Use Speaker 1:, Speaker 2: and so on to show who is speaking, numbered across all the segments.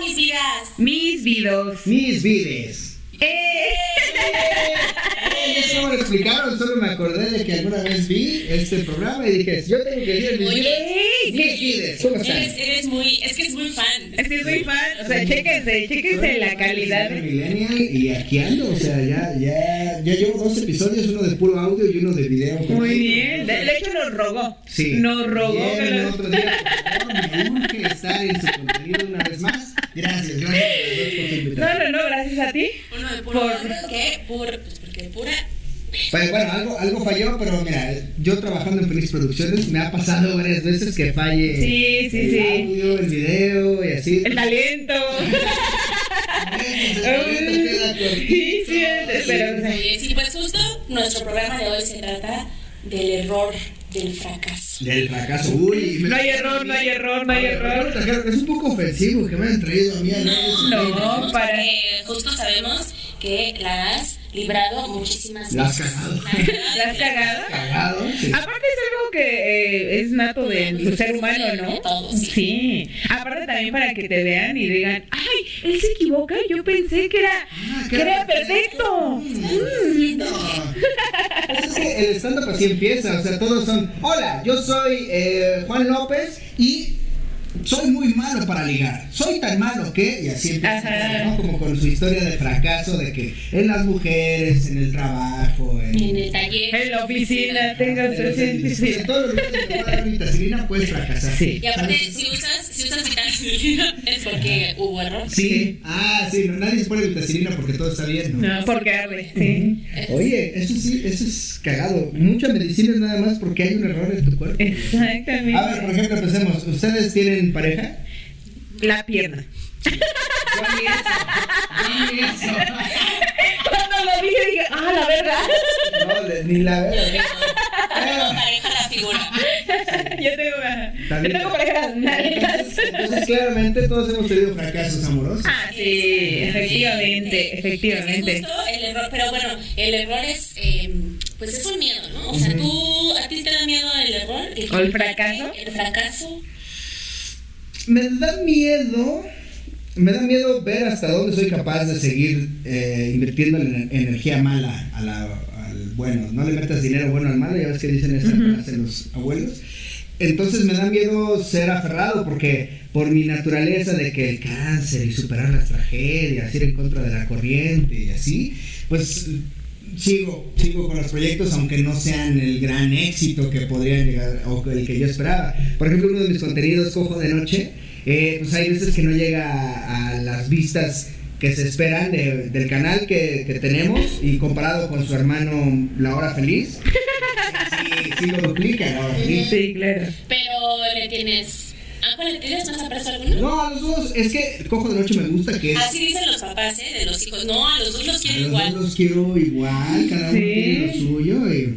Speaker 1: mis vidas.
Speaker 2: Mis vidos.
Speaker 3: Mis vides.
Speaker 2: ¡Eh!
Speaker 3: Ay, Eso me lo explicaron, solo me acordé de que alguna vez vi este programa y dije, yo tengo que decir mis vides.
Speaker 2: Oye,
Speaker 3: Mis vides, ¿cómo
Speaker 1: Eres,
Speaker 3: están?
Speaker 1: eres muy, es que es muy fan.
Speaker 2: Es que soy fan. O sea, chéquense, chéquense la calidad.
Speaker 3: Soy millennial y aquí ando, o sea, ya, ya, ya llevo dos episodios, uno de puro audio y uno de video.
Speaker 2: Muy bien. De, de hecho, nos rogó.
Speaker 3: Sí.
Speaker 2: Nos rogó. que
Speaker 3: Lleven
Speaker 2: nos-
Speaker 3: otro día, por favor, me urge estar en su contenido una vez más. Gracias, gracias a los dos por su invitación.
Speaker 2: No, no, no, gracias a ti.
Speaker 1: Uno de puro
Speaker 2: Por-
Speaker 1: hombre, que pura, pues porque pura.
Speaker 3: Pues bueno, algo, algo falló, pero mira, yo trabajando en Félix Producciones me ha pasado varias veces que falle
Speaker 2: Sí, sí,
Speaker 3: el
Speaker 2: sí.
Speaker 3: audio, el video y así.
Speaker 2: El talento.
Speaker 3: Entonces, ahorita queda cortito.
Speaker 2: Sí, sí, pero, o sea,
Speaker 1: Oye, sí, pues justo nuestro programa de hoy se trata del error, del fracaso.
Speaker 3: Del fracaso. Uy, me-
Speaker 2: No hay error, no hay error, no hay
Speaker 3: Ahora me
Speaker 2: error.
Speaker 3: trajeron- Es un poco ofensivo que me hayan traído a mí. a redes sociales.
Speaker 2: No, para.
Speaker 1: Porque justo sabemos que la has librado muchísimas
Speaker 3: La has
Speaker 1: veces.
Speaker 3: cagado.
Speaker 1: La has cagado.
Speaker 2: ¿La has cagado?
Speaker 3: Cagado. sí.
Speaker 2: Aparte es algo que eh, es nato del ser humano,
Speaker 1: De
Speaker 2: ¿no?
Speaker 1: todos.
Speaker 2: Sí. Aparte también para que te vean y digan, ay, él se equivoca, yo pensé que era,
Speaker 3: Ah,
Speaker 2: que era perfecto.
Speaker 3: No. Mm. Es que el stand-up así empieza, o sea, todos son, hola, yo soy eh, Juan López y soy muy malo para ligar, soy tan malo que, y así empieza,
Speaker 2: Ajá.
Speaker 3: ¿no? como con su historia de fracaso, de que en las mujeres, en el trabajo,
Speaker 1: En
Speaker 3: en...
Speaker 1: el taller.
Speaker 2: En la oficina, tenga usted sí, sí, sí.
Speaker 3: En todos los lugares donde pueda haber vitacilina puedes fracasar.
Speaker 2: Sí.
Speaker 1: Y aparte, si usas, si usas vitacilina, es porque hubo error.
Speaker 3: Sí. Ah, sí, no, nadie se pone vitacilina porque todo está bien, ¿no?
Speaker 2: No, porque arde, sí.
Speaker 3: Oye, eso sí, eso es cagado. Mucha medicina es nada más porque hay un error en tu cuerpo. A ver, por
Speaker 2: Exactamente.
Speaker 3: ejemplo, empecemos. ¿Ustedes tienen pareja?
Speaker 2: La pierna. Cuando lo dije, dije, ah, la verdad.
Speaker 3: No, le- ni la
Speaker 1: Lo
Speaker 3: veo.
Speaker 1: digo. Todo pareja la figura.
Speaker 2: Yo tengo, una- yo
Speaker 3: También-
Speaker 2: tengo parejas nalgas.
Speaker 3: Entonces, entonces, claramente todos hemos tenido fracasos amorosos.
Speaker 2: Ah, sí, efectivamente,
Speaker 1: Es
Speaker 2: efectivamente.
Speaker 1: justo el error, pero bueno, el error es, eh, pues es un miedo, ¿no? O sea, tú, a ti te da miedo el error.
Speaker 2: ¿O el fracaso?
Speaker 1: El fracaso.
Speaker 3: Me da miedo, me da miedo ver hasta dónde soy capaz de seguir eh, invirtiendo en en energía mala a la- al bueno. No le metas dinero bueno al malo, ya ves que dicen esa
Speaker 2: Ujú.
Speaker 3: frase los abuelos. Entonces me da miedo ser aferrado porque por mi naturaleza de que el cáncer y superar las tragedias, ir en contra de la corriente y así, pues sigo, sigo con los proyectos, aunque no sean el gran éxito que podrían llegar o el que yo esperaba. Por ejemplo, uno de mis contenidos, Cojo de Noche, eh, pues hay veces que no llega a, a las vistas que se esperan de- del canal que, que tenemos y comparado con su hermano La Hora Feliz, sí, sí lo duplica La Hora Feliz.
Speaker 2: Sí, claro.
Speaker 1: Pero le tienes. ¿A cuál le tienes más aprecio a alguno?
Speaker 3: No, a los dos, es que el Cojo de Noche me gusta que es...
Speaker 1: Así dicen los papás, ¿eh? De los hijos. No, a los dos los
Speaker 3: A
Speaker 1: quiero
Speaker 3: los dos
Speaker 1: igual.
Speaker 3: los quiero igual, cada uno
Speaker 2: Sí.
Speaker 3: tiene lo suyo. y-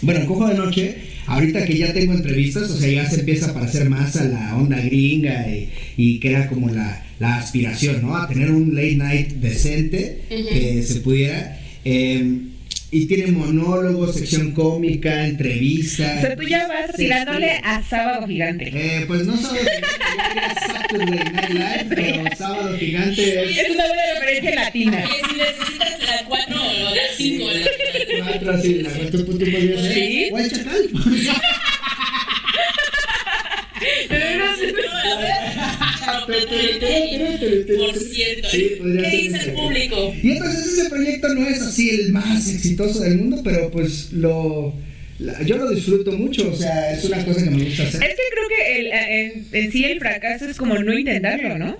Speaker 3: Bueno, cojo de noche, ahorita que ya tengo entrevistas, o sea, ya se empieza a parecer más a la onda gringa y, y que era como la, la aspiración, ¿no? A tener un late night decente
Speaker 1: Ujú.
Speaker 3: que se pudiera. eh, y tiene monólogo, sección cómica, entrevistas.
Speaker 2: O sea, tú ya vas
Speaker 3: Sí,
Speaker 2: tirándole
Speaker 3: sí.
Speaker 2: a sábado gigante.
Speaker 3: Eh, pues no sábado gigante, Saturday Night Live, pero sábado gigante es
Speaker 2: Es una buena referencia latina.
Speaker 1: Que si necesitas la 4 o la 5,
Speaker 3: Cuatro, así, la cuatro punto podría ser.
Speaker 2: Sí.
Speaker 3: Guay, chacal.
Speaker 1: Por cierto.
Speaker 3: Sí, podría
Speaker 1: ¿Qué
Speaker 3: ser
Speaker 1: dice
Speaker 3: ese.
Speaker 1: el público?
Speaker 3: Y entonces ese proyecto no es así el más exitoso del mundo, pero pues lo la- yo lo disfruto mucho, o sea, es una cosa que me gusta hacer.
Speaker 2: Es que creo que el, eh, en, en sí el fracaso es como no intentarlo, ¿no?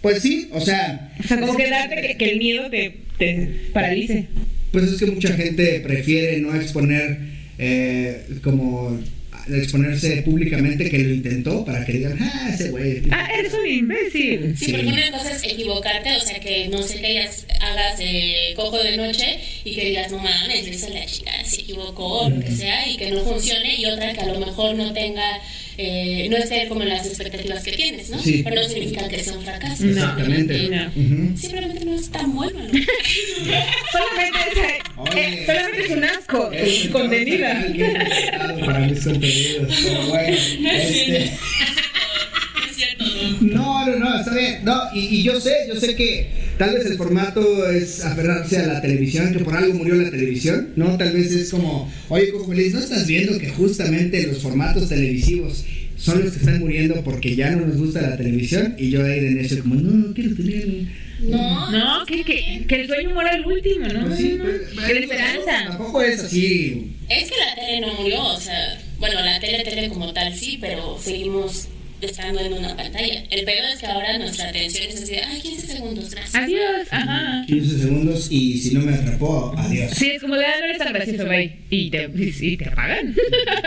Speaker 3: Pues sí, o sea,
Speaker 2: O sea, como que darte que, que el miedo te, te paralice.
Speaker 3: pues es que mucha gente prefiere no exponer eh, como exponerse públicamente que lo intentó para que digan, ah, ese güey.
Speaker 2: Ah, eres un imbécil.
Speaker 1: Sí,
Speaker 3: Sí.
Speaker 1: porque una cosa es equivocarte, o sea, que no sé, que hayas, hagas eh, cojo de noche y que digas, no mames, lo hizo la chica, se equivocó o lo que sea, y que no funcione, y otra que a lo mejor no tenga, eh, no esté como en las expectativas que tienes, ¿no?
Speaker 3: Sí.
Speaker 1: Pero no significa que sea un fracaso.
Speaker 2: No.
Speaker 3: Exactamente.
Speaker 2: No.
Speaker 3: Ujú.
Speaker 1: Simplemente no es tan bueno, ¿no?
Speaker 2: Solamente es,
Speaker 3: Oye.
Speaker 2: eh, solamente es un asco
Speaker 3: Es
Speaker 2: contenida.
Speaker 3: Para mis contenidos. Pero bueno,
Speaker 1: No es
Speaker 3: este,
Speaker 1: cierto. No es cierto, ¿no?
Speaker 3: No, no, no, está bien. No, y, y yo sé, yo sé que tal vez el formato es aferrarse a la televisión, que por algo murió la televisión, ¿no? Tal vez es como, oye, Coco Feliz, ¿no estás viendo que justamente los formatos televisivos son los que están muriendo porque ya no nos gusta la televisión? Y yo ahí de necio como, no, no quiero tener... un-
Speaker 1: No,
Speaker 2: No, que, que, que el sueño muera el último, ¿no?
Speaker 3: Pues sí,
Speaker 2: No,
Speaker 3: pues,
Speaker 2: no.
Speaker 3: pues,
Speaker 2: que la
Speaker 3: digo,
Speaker 2: esperanza.
Speaker 3: Tampoco es así...
Speaker 1: Es que la tele no murió, o sea, bueno, la tele, tele como tal sí, pero seguimos estando en una pantalla. El peor es que ahora nuestra atención es así de, ay, 15 segundos, gracias.
Speaker 2: Adiós, ajá.
Speaker 3: 15 segundos y si no me atrapó, adiós.
Speaker 2: Sí, es como de, ah, no eres tan gracioso, bye. Y te, y te apagan.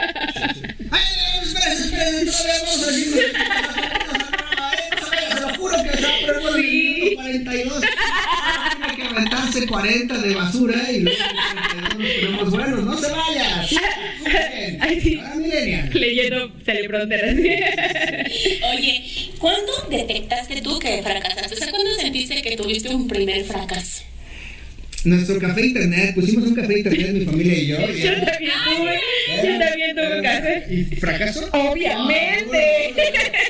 Speaker 3: ¡Ay, espera, espera! Todavía vamos a decir. Se lo juro que se va a poner por el minuto 42. Tiene que aventarse 40 de basura y luego nos ponemos buenos. ¡No se vaya!
Speaker 2: Ay, sí.
Speaker 3: Ahora, Millennial.
Speaker 2: Leyendo telepronteras.
Speaker 1: Oye, ¿cuándo detectaste tú que fracasaste? O sea, ¿cuándo sentiste que tuviste un primer fracaso?
Speaker 3: Nuestro café internet, pusimos un café internet mi familia y yo. y
Speaker 2: Yo
Speaker 3: era-
Speaker 2: también tuve, yo también tuve un café.
Speaker 3: ¿Y fracasó?
Speaker 2: Obviamente.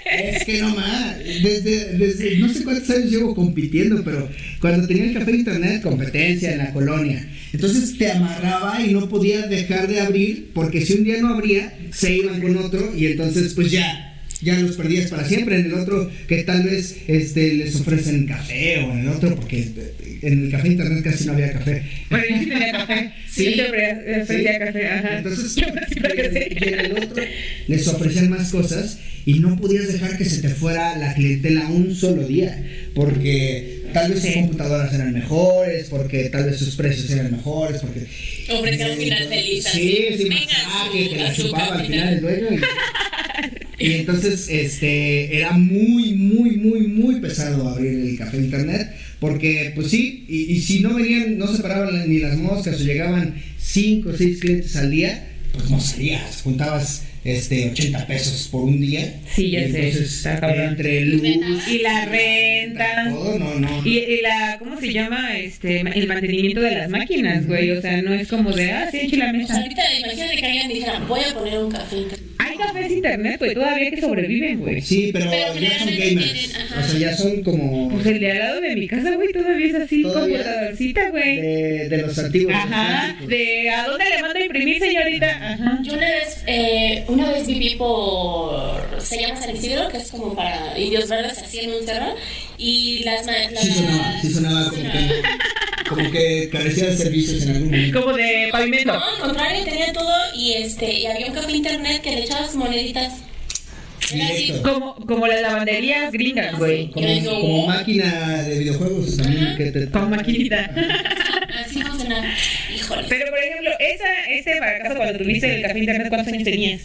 Speaker 3: Es que no más, desde, desde no sé cuántos años llevo compitiendo, pero cuando tenía el café internet, competencia en la colonia. Entonces te amarraba y no podías dejar de abrir, porque si un día no abría, se iban con otro y entonces pues ya. Ya los perdías para siempre en el otro que tal vez este, les ofrecen café o en el otro, porque en el café internet casi no había café.
Speaker 2: Bueno, yo sí tenía café.
Speaker 3: Sí.
Speaker 2: Sí, yo pre- ofrecía café, ajá.
Speaker 3: Entonces,
Speaker 2: yo sí fracasé.
Speaker 3: y en el otro les ofrecían más cosas y no podías dejar que se te fuera la clientela un solo día, porque tal vez sus
Speaker 2: Sí.
Speaker 3: computadoras eran mejores, porque tal vez sus precios eran mejores, porque...
Speaker 1: Ofrecía un final feliz,
Speaker 3: Sí,
Speaker 1: así.
Speaker 3: sí,
Speaker 1: Venga,
Speaker 3: masaje,
Speaker 1: su-
Speaker 3: que la
Speaker 1: azúcar,
Speaker 3: chupaba
Speaker 1: final.
Speaker 3: al final el dueño y... y entonces este era muy muy muy muy pesado abrir el café internet porque pues sí y, y si no venían no se paraban ni las moscas o llegaban 5 o 6 clientes al día pues no salías juntabas este 80 pesos por un día
Speaker 2: Sí, ya
Speaker 3: Y
Speaker 2: sé,
Speaker 3: entonces,
Speaker 2: está cabrón.
Speaker 3: entre luz
Speaker 2: Y la renta.
Speaker 3: todo no no
Speaker 2: Y, y la, ¿cómo se llama? Este, ma- el mantenimiento de las máquinas, güey. O sea, no es como de, ah, sí, eche la
Speaker 1: O sea,
Speaker 2: mesa.
Speaker 1: ahorita imagínate que alguien dijera, voy a poner un café. internet.
Speaker 2: Hay cafés internet, güey, todavía que sobreviven, güey.
Speaker 3: sí pero,
Speaker 1: Pero
Speaker 3: ya son
Speaker 1: generalmente
Speaker 3: gamers
Speaker 1: tienen,
Speaker 3: o
Speaker 1: ajá.
Speaker 3: sea ya son como
Speaker 2: Pues el de al lado de mi casa, güey, todavía es así,
Speaker 3: Todavía.
Speaker 2: computadorcita, güey.
Speaker 3: de, de los antiguos
Speaker 2: Ajá,
Speaker 3: clásicos.
Speaker 2: de a dónde le mando a imprimir, señorita. Ajá.
Speaker 1: Yo una vez, eh, una vez viví por, se llama San Isidro, que es como para indios verdes, así en un cerro, y las... ma- las
Speaker 3: Sí sonaba, sí sonaba como que, como que carecía de servicios en algún momento.
Speaker 2: Como de pavimento.
Speaker 1: No, al contrario, tenía todo y este y había un café internet que le echabas moneditas. Era así.
Speaker 3: Directo.
Speaker 2: Como, como las lavanderías gringas, güey.
Speaker 3: Como, como máquina de videojuegos también. Que te,
Speaker 2: Como maquinita.
Speaker 1: Así funcionaba. Híjole.
Speaker 2: Pero, por ejemplo, esa, ese fracaso cuando tuviste el café internet, ¿cuántos años tenías?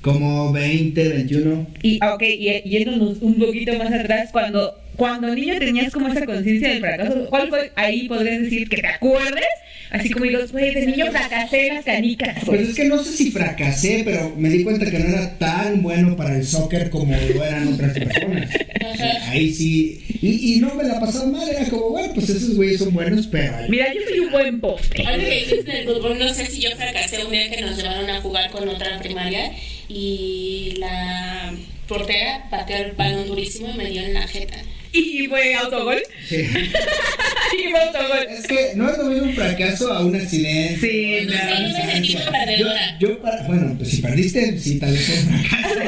Speaker 3: como 20, 21.
Speaker 2: Y, ah, ok, y yéndonos un poquito más atrás, cuando, cuando niño tenías como esa conciencia del fracaso, ¿cuál fue ahí podrías decir que te acuerdes? Así como digo, güey, de niño fracasé en las canicas.
Speaker 3: Pues
Speaker 2: güey.
Speaker 3: es que no sé si fracasé, pero me di cuenta que no era tan bueno para el soccer como lo eran otras personas. O sea, ahí sí. Y, y no me la pasaba mal, era como, bueno, pues esos güeyes son buenos, pero.
Speaker 2: Mira, yo soy un buen postre.
Speaker 1: Ahora que dijiste del fútbol, no sé si yo fracasé un día que nos llevaron a jugar con otra primaria y la portera pateó el balón durísimo y me dio en la jeta.
Speaker 2: Y fue autogol.
Speaker 3: Sí.
Speaker 2: Y fue autogol.
Speaker 3: Es que no es lo mismo un fracaso a un accidente.
Speaker 2: Sí,
Speaker 3: Una
Speaker 2: claro.
Speaker 1: Sí, yo me sentí muy
Speaker 3: yo,
Speaker 1: perdedora.
Speaker 3: yo para- bueno, pues si perdiste, sí, tal vez fue un fracaso.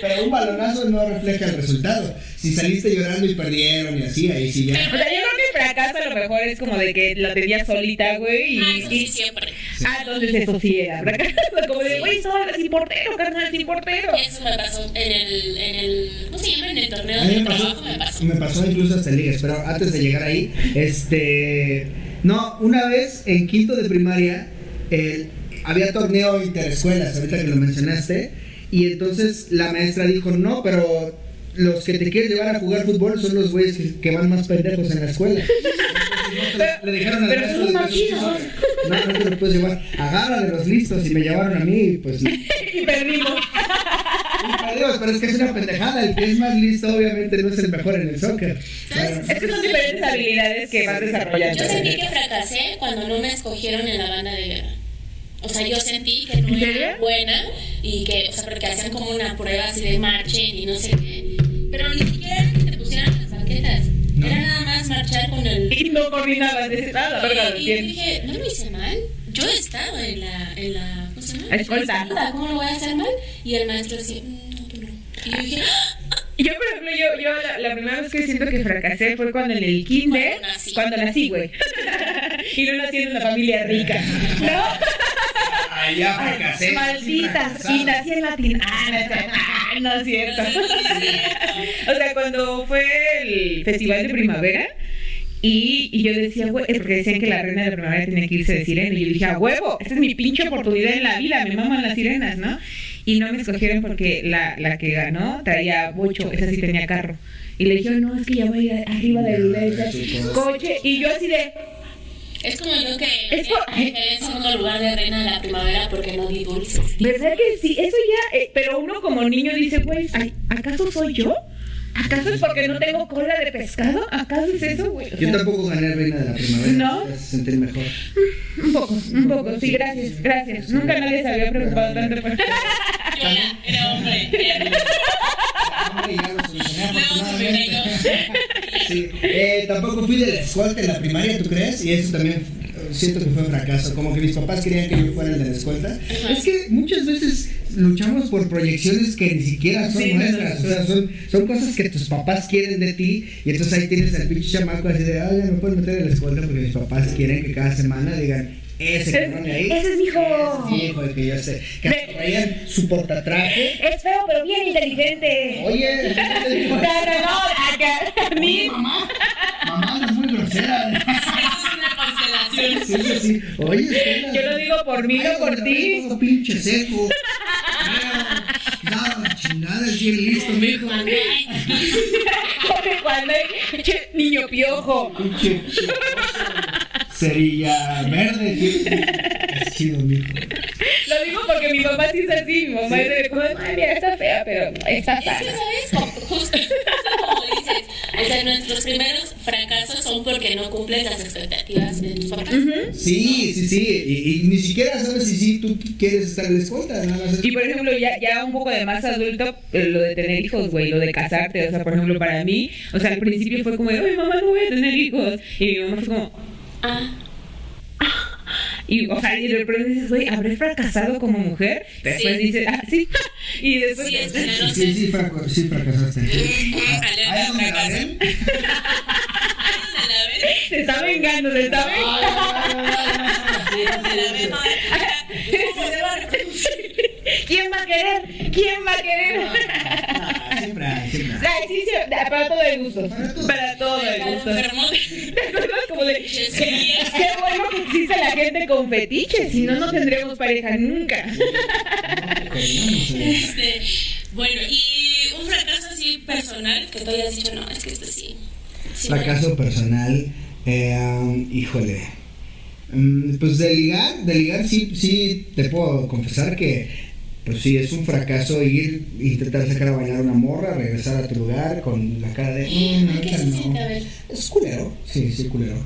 Speaker 3: Pero un balonazo no refleja el resultado. Si saliste llorando y perdieron y así, ahí sí ya.
Speaker 2: O sea, yo creo que fracaso a lo mejor es como de que la tenías solita, güey.
Speaker 1: Ah,
Speaker 2: Y,
Speaker 1: eso sí,
Speaker 2: y-
Speaker 1: siempre.
Speaker 2: Ah, entonces eso sí era fracaso. Como de, güey, soy sin portero, carnal, sin portero.
Speaker 1: Eso me pasó en el, en el ¿cómo se llama? En el torneo
Speaker 3: A mí
Speaker 1: de
Speaker 3: me
Speaker 1: trabajo me
Speaker 3: pasó,
Speaker 1: pasó.
Speaker 3: me pasó incluso hasta en ligas, pero antes de llegar ahí, este. No, una vez en quinto de primaria, el- había torneo interescuelas, ahorita que lo mencionaste, y entonces la maestra dijo: No, pero los que te quieren llevar a jugar fútbol son los güeyes que, que van más pendejos en la escuela. Entonces, no, le dijeron al
Speaker 2: Pero
Speaker 3: maestro,
Speaker 2: son más
Speaker 3: le dijeron, No, no te los puedes llevar. Agárrale los listos y me llevaron a mí, y pues.
Speaker 2: Y perdimos.
Speaker 3: Adiós, pero es que es una pendejada. El que es más listo, obviamente, no es el mejor en el soccer.
Speaker 1: ¿Sabes?
Speaker 3: Claro.
Speaker 2: Es que son diferentes habilidades que vas desarrollando.
Speaker 1: Yo sentí que fracasé cuando no me escogieron en la banda de guerra. O sea, yo sentí que no
Speaker 2: ¿En
Speaker 1: era
Speaker 2: serio?
Speaker 1: buena y que, o sea, porque hacían como una prueba así de marchen y no sé qué. Pero ni siquiera
Speaker 2: y no coordinaban. Decían, ah, la verga,
Speaker 1: y
Speaker 2: bien.
Speaker 1: dije, no lo hice mal. Yo estaba en la, en la ¿cómo se llama?
Speaker 2: Escolta.
Speaker 1: Escolta, ¿Cómo lo voy a hacer mal? Y el maestro decía, "Mm, no, tú no. Y yo dije, ¡Ah!
Speaker 2: Yo, por ejemplo, yo, yo la, la primera vez que siento que fracasé fue cuando en el kinder,
Speaker 1: Cuando nací.
Speaker 2: cuando nací, güey. y no nací en una familia rica, ¿no?
Speaker 3: Ay, ya fracasé.
Speaker 2: Maldita, y nací en latina. Ah, no, es cierto. Ah, no
Speaker 1: pues No,
Speaker 2: es cierto.
Speaker 1: no es cierto.
Speaker 2: o sea, cuando fue el festival de primavera, y, y yo decía, güey, porque decían que la reina de primavera tenía que irse de sirena. Y yo dije, a huevo, esta es mi pinche oportunidad en la vida, me maman las sirenas, ¿no? Y no me escogieron porque la, la que ganó traía bocho, esa sí tenía carro. Y le dije, no, es que ya voy a ir arriba del del coche. Y yo así de,
Speaker 1: es como yo que
Speaker 2: Es por-
Speaker 1: que quedé en segundo lugar de reina de la primavera porque no di dulces.
Speaker 2: ¿Verdad que sí? Eso ya, eh, pero uno como niño dice, güey, ay, ¿acaso soy yo? ¿Acaso es porque no tengo cola de pescado? ¿Acaso es eso, güey? O
Speaker 3: Yo
Speaker 2: sea,
Speaker 3: tampoco gané reina de la primavera.
Speaker 2: No.
Speaker 3: Me hace sentir mejor.
Speaker 2: un poco, un poco, sí, gracias, gracias. Nunca nadie se había preocupado tanto
Speaker 1: Yo
Speaker 2: por
Speaker 1: ya era hombre. era-
Speaker 3: Hombre, ya lo solucioné,
Speaker 1: Luego
Speaker 3: afortunadamente.
Speaker 1: solucioné
Speaker 3: Sí. Eh, tampoco fui de la escolta en la primaria, ¿tú crees? Y eso también eh, siento que fue un fracaso. Como que mis papás querían que yo fuera el de la escolta. Es que muchas veces luchamos por proyecciones que ni siquiera son
Speaker 2: Sí, no,
Speaker 3: nuestras.
Speaker 2: no,
Speaker 3: O sea, son, son cosas que tus papás quieren de ti. Y entonces ahí tienes al pinche chamaco así de, ay, ya me puedo meter en la escolta porque mis papás quieren que cada semana digan. Ese cabrón de ahí.
Speaker 2: Ese es mi hijo".
Speaker 3: Ese es mi hijo, el que yo sé. Que
Speaker 2: De-
Speaker 3: traían su portatraje.
Speaker 2: Es feo, pero bien inteligente.
Speaker 3: Oye, Oye, mamá, mamá, no es muy grosera.
Speaker 1: Eso es una constelación.
Speaker 3: Sí, sí, sí. Oye, Estela.
Speaker 2: Yo lo digo por mí, no
Speaker 3: Ay,
Speaker 2: por
Speaker 3: me
Speaker 2: ti.
Speaker 3: veo todo pinche seco. Nada, chingada, es bien listo, mijo.
Speaker 1: Cuando hay-
Speaker 2: Porque cuando hay che, niño piojo.
Speaker 3: Pinche chicoso. Cerilla verde, tío. Es chido, mijo.
Speaker 2: Lo digo porque mi mamá sí es así. Mi mamá es de como, ay, mira, está fea, pero está
Speaker 1: Es que,
Speaker 2: sana.
Speaker 1: ¿sabes? Como- Justo, justo como dices, o sea, nuestros primeros fracasos son porque no cumples las expectativas de tus papás.
Speaker 3: Sí, sí, sí. Y, y ni siquiera sabes si sí tú quieres estar de escolta. Nada más.
Speaker 2: Y por ejemplo, ya, ya un poco de más adulto, eh, lo de tener hijos, güey, lo de casarte, o sea, por ejemplo, para mí, o sea, al principio fue como, de, ay, mamá, no voy a tener hijos. Y mi mamá fue como,
Speaker 1: Ah,
Speaker 2: y, o sea, y de repente dices, güey, ¿habré fracasado como mujer? Después
Speaker 1: Sí.
Speaker 2: dices, ah, sí. Y después,
Speaker 1: sí, es que no
Speaker 3: Sí,
Speaker 1: lo
Speaker 3: sí,
Speaker 1: sé.
Speaker 3: sí, fraco- sí, fracasaste.
Speaker 1: Alerta
Speaker 3: Ahí
Speaker 1: de
Speaker 3: donde la
Speaker 1: fracaso.
Speaker 3: ven,
Speaker 1: De la vez,
Speaker 2: se está vengando, se
Speaker 1: de
Speaker 2: está
Speaker 1: la vez,
Speaker 2: vengando.
Speaker 1: toda la- ¿Cómo se va a reproducir?
Speaker 2: ¿Quién va a querer? ¿Quién va a querer?
Speaker 3: Ah, siempre hay, siempre hay.
Speaker 2: Ay, sí, sí, para todo el gusto.
Speaker 3: Para todo.
Speaker 2: Para todo el
Speaker 1: Claro,
Speaker 2: gusto.
Speaker 1: enfermo.
Speaker 2: ¿Te acuerdas como de qué,
Speaker 1: Fetiches.
Speaker 2: qué bueno que existe la gente con fetiches? Si no, no tendremos pareja nunca.
Speaker 3: Ah,
Speaker 1: Este, Bueno, y un fracaso así personal que tú hayas dicho, no, es que esto sí. sí me-
Speaker 3: Fracaso personal, eh, um, híjole. Mm, Pues de ligar, de ligar sí, sí, te puedo confesar que, pues sí, es un fracaso ir, intentar sacar a bailar a una morra, regresar a tu lugar con la cara de... "Mm,
Speaker 1: Ay, Eh, ¿qué
Speaker 3: ahorita
Speaker 1: se siente? A ver.
Speaker 3: Es culero, sí, sí, culero.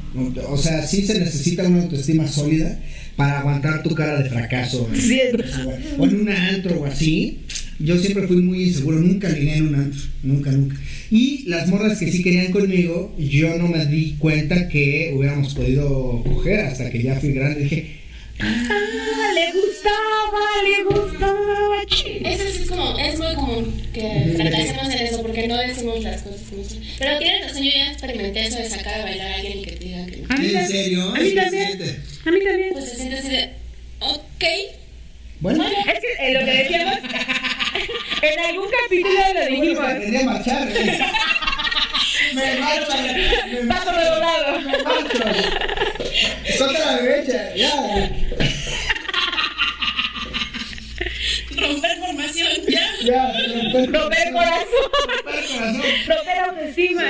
Speaker 3: O sea, sí se necesita una autoestima sólida para aguantar tu cara de fracaso. ¿eh?
Speaker 2: Sí, es-
Speaker 3: o en un antro o así. Yo siempre fui muy inseguro, nunca ligué en un antro, nunca, nunca. Y las morras que sí querían conmigo, yo no me di cuenta que hubiéramos podido coger hasta que ya fui grande. Dije,
Speaker 2: Ah, le gustaba, le gustaba. chi.
Speaker 1: Eso sí es como, es muy común que fracasemos en eso porque no decimos las cosas como son. Pero tienes razón, yo ya experimenté eso de sacar a bailar a alguien y que te diga que no.
Speaker 2: A mí
Speaker 3: ¿en
Speaker 2: tam-
Speaker 3: serio?
Speaker 2: A mí
Speaker 3: ¿Sí se
Speaker 2: también.
Speaker 3: siente?
Speaker 2: A mí también.
Speaker 1: Pues se siente así de, ok,
Speaker 3: bueno,
Speaker 2: Es que eh, lo que decíamos, en algún capítulo lo
Speaker 3: bueno,
Speaker 2: dijimos.
Speaker 3: aprendí a marchar. ¿eh? me marcho, me
Speaker 2: Paso
Speaker 3: marcho,
Speaker 2: redoblado.
Speaker 3: me marcho. Contra la derecha, ya.
Speaker 1: romper formación, ya.
Speaker 3: Ya,
Speaker 2: Romper corazón.
Speaker 3: Romper corazón.
Speaker 2: Romper autoestima.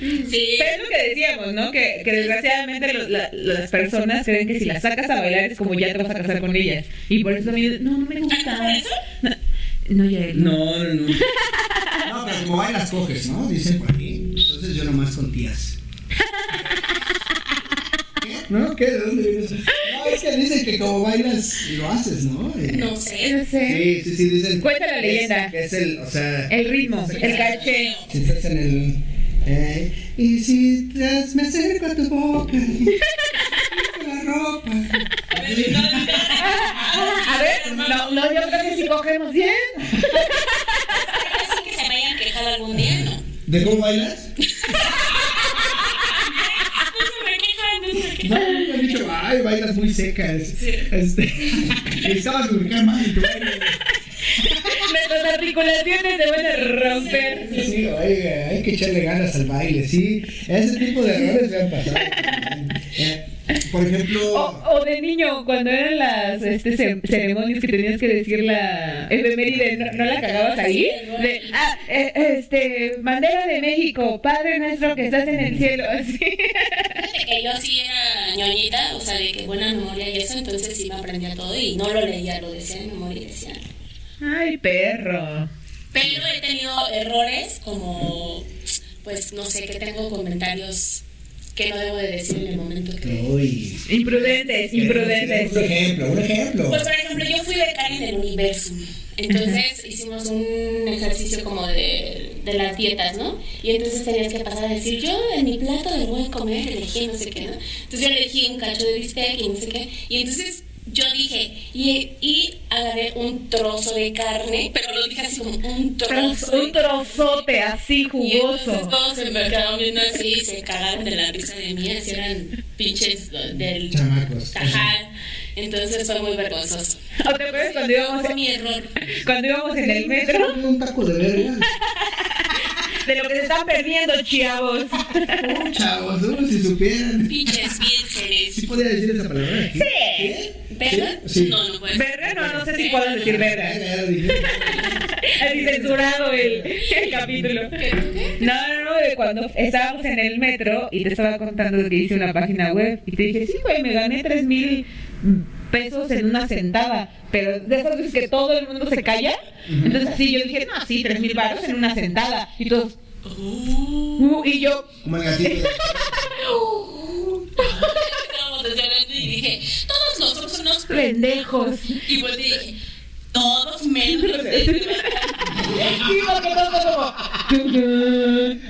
Speaker 1: Sí,
Speaker 2: Pero es lo que decíamos, ¿no? Que, que desgraciadamente lo- la- las personas creen que si las sacas a bailar es como ya te vas a casar con ellas. Y por eso también, no, no me gusta. No, no ya
Speaker 3: No, no, no. No, pero como bailas coges, ¿no? Dicen por aquí. Entonces yo nomás con tías. ¿Qué? ¿No? ¿Qué? ¿De dónde viene eso? No, es que dicen que como bailas lo haces, ¿no? Eh,
Speaker 1: no sé.
Speaker 2: No sé.
Speaker 3: Sí, sí, sí, dicen.
Speaker 2: Cuenta la
Speaker 3: es-
Speaker 2: leyenda.
Speaker 3: que Es el, o sea,
Speaker 2: El ritmo, el caché.
Speaker 3: si estás en el. eh, Y si tras me acerco a tu boca, y la ropa.
Speaker 2: Ah, A ver, no, no, yo creo que si cogemos bien.
Speaker 1: Así que se me hayan quejado algún día, ¿no?
Speaker 3: ¿De cómo bailas?
Speaker 1: No me quejan, no me
Speaker 3: No, me han dicho, ay, bailas muy secas. Este, necesitabas lubricar más en tu baile.
Speaker 2: Nuestras articulaciones se van a romper.
Speaker 3: Sí, oiga, hay que echarle ganas al baile, sí. Ese tipo de errores me han pasado. Eh, Por ejemplo,
Speaker 2: O, o de niño, cuando eran las este, ce- ceremonias que tenías que decir la efeméride, ¿no, no la cagabas ahí? De, ah, eh, este, bandera de México, Padre nuestro que estás en el cielo, así.
Speaker 1: Fíjate que yo sí era ñoñita, o sea, de que buena memoria y eso, entonces sí me aprendía todo y no lo leía, lo decía de memoria y decía.
Speaker 2: Ay, perro.
Speaker 1: Pero he tenido errores como, pues no sé, que tengo comentarios que no debo de decir en el momento que...
Speaker 3: uy. eh,
Speaker 2: Imprudentes,
Speaker 3: Un
Speaker 2: imprudentes.
Speaker 3: ejemplo, un ejemplo.
Speaker 1: Pues por ejemplo, yo fui becaria en el universo, entonces hicimos un ejercicio como de, de las dietas, ¿no? Y entonces tenías que pasar a decir, yo en mi plato de buen comer elegí no sé qué, ¿no? Entonces yo elegí un cacho de bistec y no sé qué, y entonces... Yo dije, y, y agarré un trozo de carne, pero lo dije así como un trozo.
Speaker 2: Un trozote así
Speaker 1: Y entonces
Speaker 2: jugoso.
Speaker 1: todos se me quedaron viendo así y se cagaron de la risa de mí, así eran pinches eh, del
Speaker 3: Chamacos.
Speaker 1: Ajá. Entonces fue muy vergonzoso.
Speaker 2: ¿O te acuerdas cuando íbamos,
Speaker 1: Fue mi error.
Speaker 2: cuando íbamos en el metro?
Speaker 3: Un taco de verga.
Speaker 2: De lo que se están perdiendo, chavos.
Speaker 3: Oh, chavos, ¿no? si supieran.
Speaker 1: Pinches vírgenes.
Speaker 3: ¿Sí podría decir esa palabra aquí?
Speaker 2: Sí.
Speaker 1: ¿Verdad?
Speaker 3: Sí.
Speaker 1: No, no puede ser.
Speaker 2: Verga, no, no sé si puedo decir verga.
Speaker 3: Verga, ya lo dije.
Speaker 2: Así censurado el, el capítulo. No, no, no, de cuando estábamos en el metro y te estaba contando que hice una página web y te dije, sí, güey, me gané tres mil pesos en una sentada, pero de esas veces que todo el mundo se calla, entonces así yo dije, no, sí, tres mil baros en una sentada, y todos, "Uh", y yo,
Speaker 3: Como el gatito. de-
Speaker 2: "¡Ah,
Speaker 1: Estábamos desde adelante y dije, todos los son unos p-".
Speaker 2: pendejos,
Speaker 1: Y volteé y dije, todos menos los de este
Speaker 2: y porque todos como, "Tudun".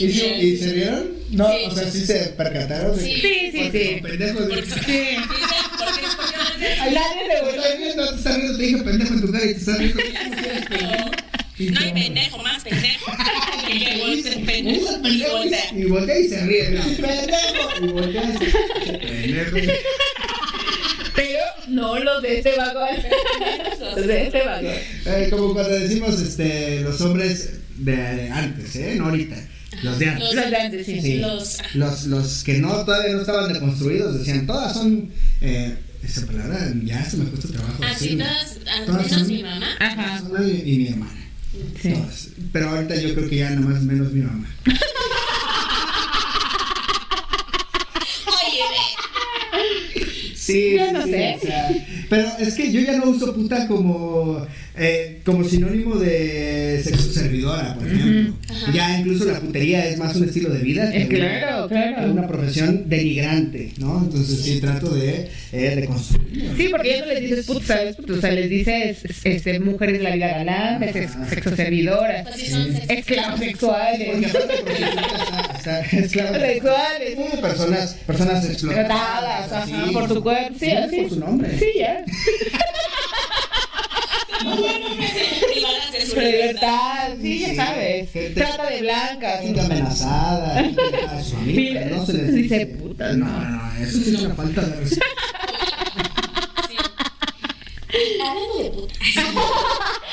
Speaker 3: ¿Y, sí- y se vieron? No,
Speaker 1: Sí.
Speaker 3: o sea, sí se percataron. de-
Speaker 1: Sí.
Speaker 2: sí, sí,
Speaker 3: Porque
Speaker 2: sí,
Speaker 3: son pendejos de-
Speaker 1: Porque
Speaker 2: sí,
Speaker 1: es porque no es
Speaker 2: nadie
Speaker 3: Te
Speaker 2: se volvió.
Speaker 3: estás viendo, te estás viendo, te dije pendejo en tu cara y te estás viendo.
Speaker 1: No hay pendejo más pendejo que el que voltea pendejo. Y
Speaker 3: pendejo.
Speaker 1: voltea.
Speaker 3: Y voltea y se ríe. ¿no? Pendejo. Y voltea y se Pendejo.
Speaker 2: pero no los de este vagón, los de este vagón.
Speaker 3: Eh, como cuando decimos este, los hombres de, de antes, ¿eh? No ahorita. Los de antes.
Speaker 2: Los grandes, sí.
Speaker 3: Sí.
Speaker 1: Los-
Speaker 3: Los, los que no todavía no estaban deconstruidos decían, todas son. Eh, esa palabra ya se me cuesta trabajo.
Speaker 1: Así
Speaker 3: decirla.
Speaker 1: todas, al
Speaker 3: Todas
Speaker 1: menos
Speaker 3: son-
Speaker 1: mi mamá.
Speaker 3: Ah.
Speaker 2: Ajá.
Speaker 3: Solo y, y mi hermana.
Speaker 2: Sí.
Speaker 3: Todas. Pero ahorita yo creo que ya nomás menos mi mamá.
Speaker 1: Oye,
Speaker 3: Sí,
Speaker 2: Yo
Speaker 3: sí,
Speaker 2: no
Speaker 3: sí,
Speaker 2: sé.
Speaker 3: o sea, pero es que yo ya no uso puta como, eh, como sinónimo de sexo servidora, por ejemplo.
Speaker 1: Ajá.
Speaker 3: Ya incluso la putería es más un estilo de vida
Speaker 2: Eh,
Speaker 3: que
Speaker 2: claro,
Speaker 3: una, que
Speaker 2: claro.
Speaker 3: una profesión denigrante, ¿no? Entonces sí, trato de, eh, de construirlo.
Speaker 2: Sí, porque ya no les dices puto, ¿sabes? Puto, o sea, les dices este, mujeres de la vida galán,
Speaker 3: Ajá.
Speaker 2: sexo servidoras,
Speaker 1: pues sí son
Speaker 3: Sí.
Speaker 1: sexy.
Speaker 2: esclavos
Speaker 3: Porque
Speaker 2: sexuales,
Speaker 3: aparte, porque está- está- es claro,
Speaker 2: sexuales,
Speaker 3: eh, personas, personas explotadas
Speaker 2: tratadas, ajá,
Speaker 3: así,
Speaker 2: por su cuerpo, sí,
Speaker 3: sí,
Speaker 2: así.
Speaker 3: por su nombre.
Speaker 2: Sí, ya.
Speaker 1: privadas de su
Speaker 2: Su libertad, sí, ya
Speaker 3: Sí,
Speaker 2: sabes.
Speaker 3: gente-
Speaker 2: Trata de blancas.
Speaker 3: gente amenazada, gente a su amiga, no se les
Speaker 2: Dice, puta,
Speaker 3: No, no, eso sí es una falta de respeto.
Speaker 1: Sí. Hablando de puta.